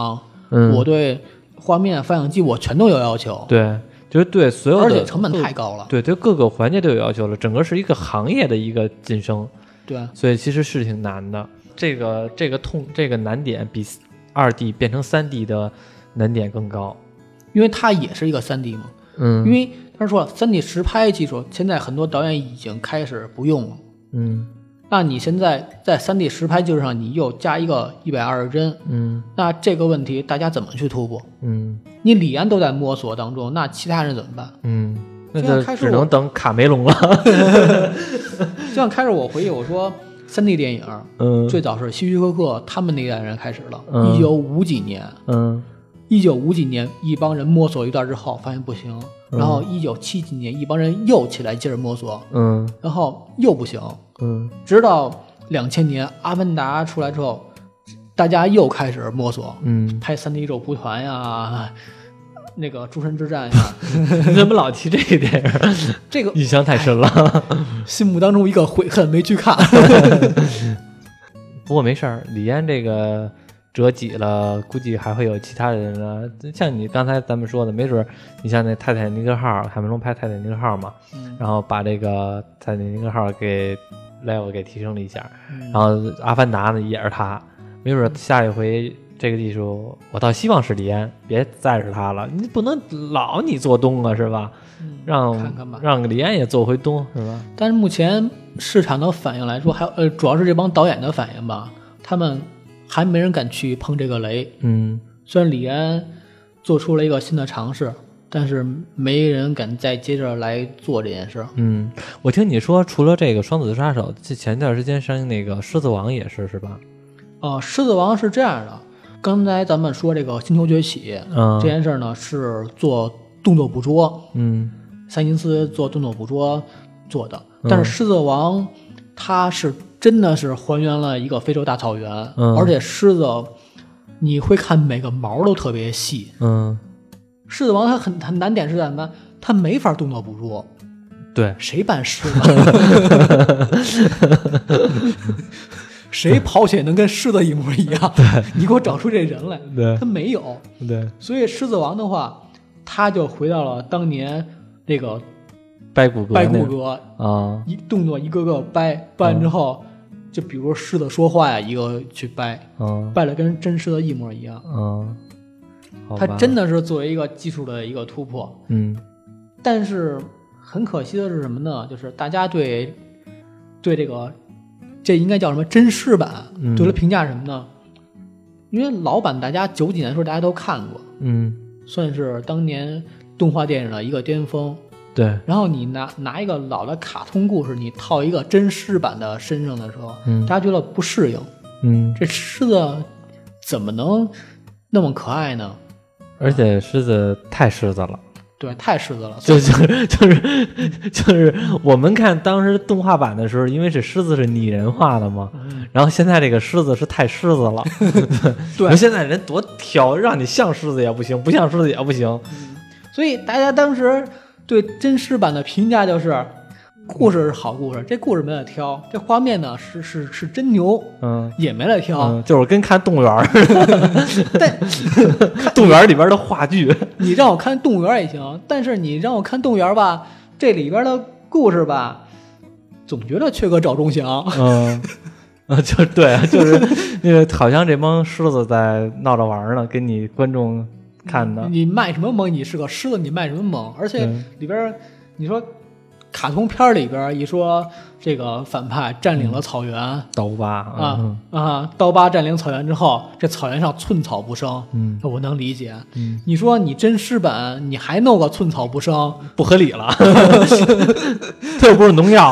A: 嗯，
B: 我对画面、发影机，我全都有要求，
A: 对，就是对所有的，
B: 而且成本太高了。
A: 对对各个环节都有要求了，整个是一个行业的一个晋升，
B: 对，啊
A: 所以其实是挺难的。这个这个痛这个难点比二 D 变成三 D 的难点更高。
B: 因为它也是一个三 D 嘛，因
A: 嗯
B: 为他说了，三 D 实拍技术现在很多导演已经开始不用了。
A: 嗯
B: 那你现在在三 D 实拍技术上，你又加一个一百二十帧，
A: 嗯
B: 那这个问题大家怎么去突破？
A: 嗯
B: 你李安都在摸索当中，那其他人怎么办？
A: 嗯，那
B: 这样
A: 就
B: 开始
A: 只
B: 我
A: 能等卡梅隆了。
B: 就像开始我回忆，我说三 D 电影
A: 嗯
B: 最早是希区柯克他们那一代人开始的，
A: 嗯
B: 一九五几年，
A: 嗯
B: 一九五几年一帮人摸索一段之后发现不行，
A: 嗯
B: 然后一九七几年一帮人又起来接着摸索，
A: 嗯
B: 然后又不行，
A: 嗯
B: 直到两千年《阿凡达》出来之后，大家又开始摸索，
A: 嗯，
B: 拍三 D 肉蒲团呀， 那个《诸神之战》呀，
A: 你怎么老提这个电影？
B: 这个
A: 印象太深了。
B: 心目当中一个悔恨没去看。
A: 不过没事儿，李安这个折戟了，估计还会有其他的人了。像你刚才咱们说的，没准儿你像那泰坦尼克号，海明龙拍泰坦尼克号嘛，
B: 嗯
A: 然后把这个泰坦尼克号给 level 给提升了一下，
B: 嗯
A: 然后阿凡达呢也是他，没准儿下一回。这个技术，我倒希望是李安，别再是他了。你不能老你做东啊，是吧？
B: 嗯
A: 让
B: 看看吧
A: 让李安也做回东，是吧？
B: 但是目前市场的反应来说，还有呃，主要是这帮导演的反应吧，他们还没人敢去碰这个雷。
A: 嗯
B: 虽然李安做出了一个新的尝试，但是没人敢再接着来做这件事。
A: 嗯，我听你说，除了这个《双子杀手》，这前段时间上映那个《狮子王》也是，是吧？
B: 呃，狮子王是这样的，刚才咱们说这个《星球崛起》
A: 嗯
B: 这件事儿呢，是做动作捕捉，
A: 嗯
B: 塞金斯做动作捕捉做的。
A: 嗯
B: 但是狮子王，它是真的是还原了一个非洲大草原，
A: 嗯
B: 而且狮子，你会看每个毛都特别细。
A: 嗯，
B: 狮子王它很很难点是在什么？它没法动作捕捉，
A: 对，
B: 谁办狮 子？谁跑起来能跟狮子一模一样？你给我找出这人来。
A: 对
B: 他没有，
A: 对，
B: 所以《狮子王》的话，他就回到了当年那个
A: 掰骨骼
B: 掰骨
A: 那个
B: 骼，
A: 啊，
B: 一动作一个个掰，掰完
A: 嗯
B: 之后，就比如说狮子说话呀，一个去掰，
A: 嗯
B: 掰的跟真狮子一模一样。
A: 嗯，好
B: 他
A: 吧
B: 真的是作为一个技术的一个突破，
A: 嗯
B: 但是很可惜的是什么呢？就是大家对对这个这应该叫什么真狮版，
A: 嗯
B: 对它评价是什么呢？因为老版大家九几年的时候大家都看过，
A: 嗯，
B: 算是当年动画电影的一个巅峰。
A: 对，
B: 然后你拿拿一个老的卡通故事，你套一个真狮版的身上的时候，
A: 嗯
B: 大家觉得不适应，
A: 嗯，
B: 这狮子怎么能那么可爱呢？
A: 而且狮子太狮子了。
B: 对，太狮子 了。
A: 就就是就是就是我们看当时动画版的时候，因为这狮子是拟人化的嘛，然后现在这个狮子是太狮子了， 你
B: 对
A: 说现在人多挑，让你像狮子也不行，不像狮子也不行，
B: 所以大家当时对真狮版的评价就是，故事是好故事，这故事没得挑，这画面呢是是是真牛，
A: 嗯。
B: 也没得挑。
A: 嗯，就是跟看动物园儿似
B: 但
A: 的，动物园儿里边的话剧，
B: 你让我看动物园也行，但是你让我看动物园吧，这里边的故事吧，总觉得缺个赵忠祥。
A: 嗯，啊，就对，就是那个，好像这帮狮子在闹着玩儿呢，给你观众看的，
B: 你卖什么萌？你是个狮子，你卖什么萌？而且
A: 嗯
B: 里边儿，你说卡通片儿里边儿一说这个反派占领了草原。
A: 刀疤
B: 啊
A: 啊，
B: 啊！刀疤占领草原之后，这草原上寸草不生，
A: 嗯
B: 我能理解。
A: 嗯，
B: 你说你真狮版，你还弄个寸草不生，不合理了。
A: 它又不是农药，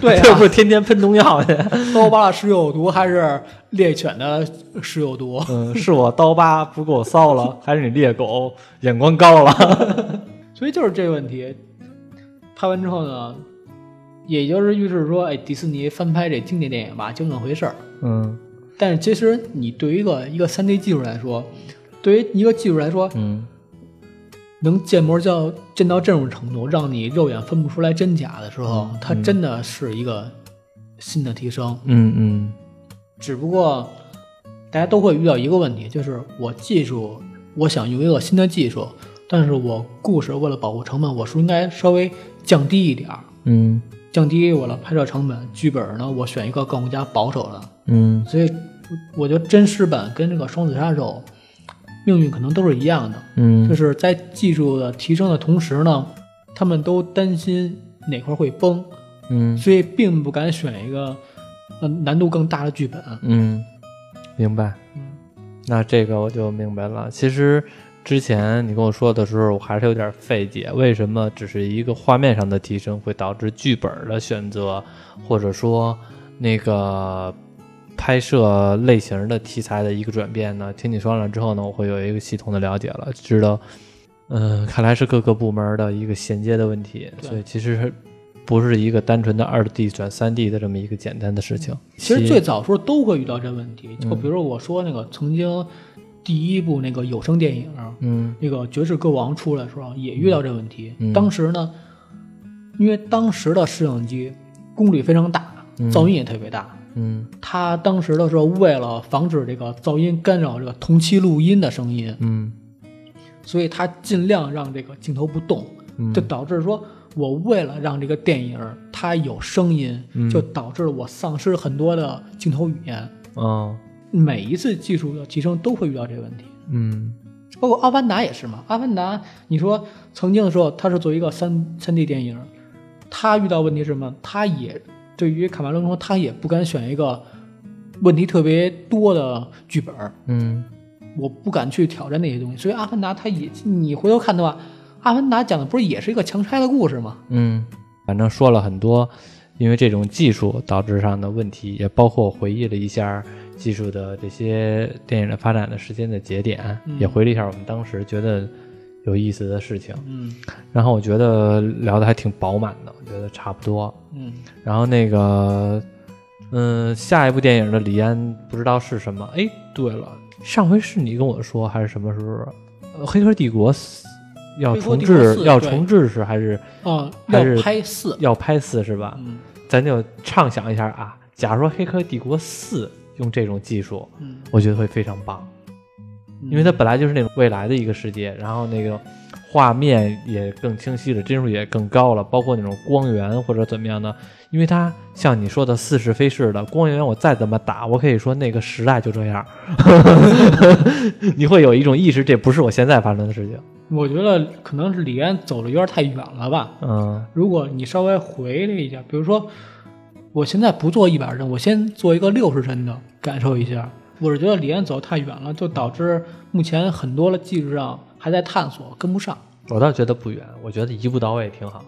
B: 对啊
A: 它又不是天天喷农药去，
B: 刀疤的食有毒还是猎犬的食有毒？
A: 嗯，是我刀疤不够骚了，还是你猎狗眼光高了？
B: 所以就是这个问题。拍完之后呢，也就是预示说，哎，迪士尼翻拍这经典电影吧，就那么回事儿。
A: 嗯
B: 但是其实你对于一个一个三 D 技术来说，对于一个技术来说，
A: 嗯
B: 能建模叫建到这种程度，让你肉眼分不出来真假的时候，它真的是一个新的提升。
A: 嗯嗯
B: 只不过大家都会遇到一个问题，就是我技术，我想用一个新的技术，但是我故事为了保护成本，我是不是应该稍微降低一点儿，
A: 嗯
B: 降低我的拍摄成本。剧本呢，我选一个更加保守的。
A: 嗯
B: 所以我觉得真实版跟这个双子杀手命运可能都是一样的。就
A: 嗯
B: 是在技术的提升的同时呢，他们都担心哪块会崩，
A: 嗯
B: 所以并不敢选一个呃难度更大的剧本。
A: 嗯，明白。那这个我就明白了。其实之前你跟我说的时候，我还是有点费解，为什么只是一个画面上的提升会导致剧本的选择，或者说那个拍摄类型的题材的一个转变呢？听你说完了之后呢，我会有一个系统的了解了，知道，嗯、看来是各个部门的一个衔接的问题，
B: 对
A: 所以其实不是一个单纯的二 D 转三 D 的这么一个简单的事情。
B: 其实最早时候都会遇到这问题，就
A: 嗯
B: 比如说我说那个曾经第一部那个有声电影，
A: 嗯
B: 那个《绝世歌王》出来的时候也遇到这问题。
A: 嗯
B: 当时呢，因为当时的摄像机功率非常大，噪音也特别大，
A: 嗯
B: 他当时的时候，为了防止这个噪音干扰这个同期录音的声音，
A: 嗯
B: 所以他尽量让这个镜头不动，
A: 嗯
B: 就导致说我为了让这个电影它有声音，就导致我丧失很多的镜头语言。
A: 哦
B: 每一次技术的提升都会遇到这个问题，
A: 嗯
B: 包括《阿凡达》也是嘛，《阿凡达》你说曾经的时候，它是作为一个三三 D 电影，它遇到问题是什么？它也对于卡梅隆说，他也不敢选一个问题特别多的剧本，
A: 嗯
B: 我不敢去挑战那些东西。所以《阿凡达》它也，你回头看的话，《阿凡达》讲的不是也是一个强拆的故事吗？
A: 嗯，反正说了很多，因为这种技术导致上的问题，也包括回忆了一下技术的这些电影的发展的时间的节点，也回了一下我们当时觉得有意思的事情。
B: 嗯
A: 然后我觉得聊的还挺饱满的，我觉得差不多。
B: 嗯，
A: 然后那个，嗯，下一部电影的李安不知道是什么。哎，对了，上回是你跟我说还是什么时候？呃，《黑客帝国四》要
B: 贝托
A: 重
B: 帝国
A: 置
B: 四
A: 要
B: 对
A: 重置是还是
B: 啊，
A: 还是
B: 要拍四，
A: 要拍四是吧？
B: 嗯
A: 咱就畅想一下啊，假如说《黑客帝国四》用这种技术，
B: 嗯，
A: 我觉得会非常棒，因为它本来就是那种未来的一个世界，然后那个画面也更清晰了，帧数也更高了，包括那种光源或者怎么样的，因为它像你说的似是非是的光源，我再怎么打，我可以说那个时代就这样， 你会有一种意识，这不是我现在发生的事情。
B: 我觉得可能是李安走的有点太远了吧。
A: 嗯
B: 如果你稍微回了一下，比如说，我现在不做一百帧，我先做一个六十帧的，感受一下。我是觉得李安走太远了，就导致目前很多的技术上还在探索，跟不上。
A: 我倒觉得不远，我觉得一步到位挺好。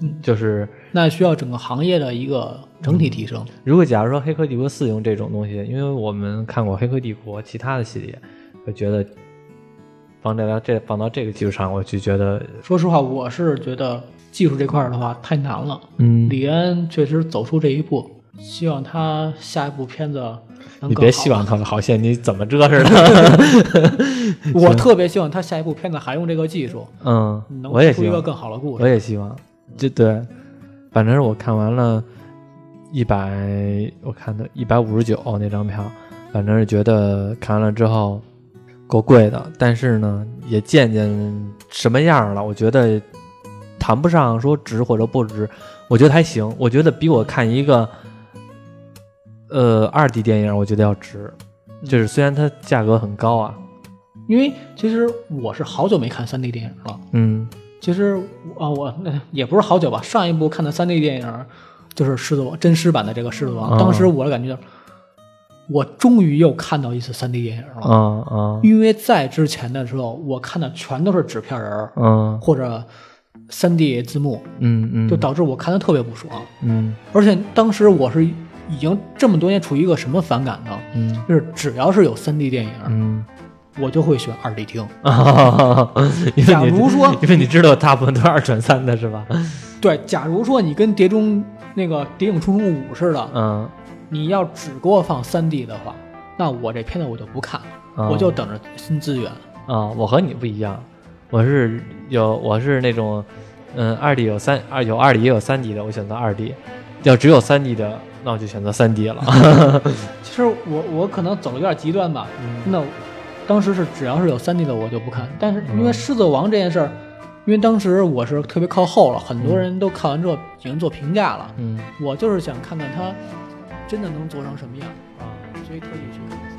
B: 嗯，
A: 就是
B: 那需要整个行业的一个整体提升。
A: 如果假如说《黑客帝国四》用这种东西，因为我们看过《黑客帝国》其他的系列，我觉得放在到这放到这个基础上，我就觉得
B: 说实话，我是觉得技术这块儿的话太难了。
A: 嗯，
B: 李安确实走出这一步，希望他下一部片子能
A: 你
B: 更
A: 别
B: 好
A: 希。望他们好线，你怎么折腾的？
B: 我特别希望他下一部片子还用这个技术，
A: 嗯，
B: 能
A: 我也
B: 出
A: 希
B: 一个
A: 望，
B: 更好的故
A: 我嗯
B: 事。
A: 也希望，这对，反正我看完了，一百，我看的一百五十九那张票，反正是觉得看完了之后够贵的，但是呢，也见见什么样了。我觉得谈不上说值或者不值，我觉得还行。我觉得比我看一个呃二 D 电影，我觉得要值。就是虽然它价格很高啊，
B: 因为其实我是好久没看 3D 电影了。
A: 嗯，
B: 其实啊，我那也不是好久吧，上一部看的 3D 电影就是《狮子王》真实版的这个《狮子王》，
A: 嗯
B: 当时我的感觉就是，我终于又看到一次 3D 电影了。
A: 啊啊
B: 因为在之前的时候，我看的全都是纸片人儿
A: 嗯
B: 或者 3D 字幕，
A: 嗯嗯，
B: 就导致我看的特别不爽。
A: 嗯
B: 而且当时我是已经这么多年处于一个什么反感呢？
A: 嗯
B: 就是只要是有 3D 电影，
A: 嗯
B: 我就会选 2D 听。
A: 啊， 因为
B: 假
A: 你
B: 如说
A: 因为你知道大部分都是二转三的是吧？
B: 对，假如说你跟《碟中》那个《谍影重重五》似的，
A: 嗯，
B: 你要只给我放 3D 的话，那我这片子我就不看，
A: 啊
B: 我就等着新资源。
A: 啊，我和你不一样，我是有我是那种，嗯，二 D 有三二有二 D 也有三 D 的，我选择二 D，要只有三 D 的，那我就选择三 D 了。
B: 其实我我可能走的有点极端吧，
A: 嗯
B: 那我当时是只要是有 3D 的我就不看，但是因为
A: 嗯
B: 《狮子王》这件事儿，因为当时我是特别靠后了，很多人都看完之后已经做评价了，
A: 嗯啊
B: 我就是想看看它真的能做成什么样，所以特意去看。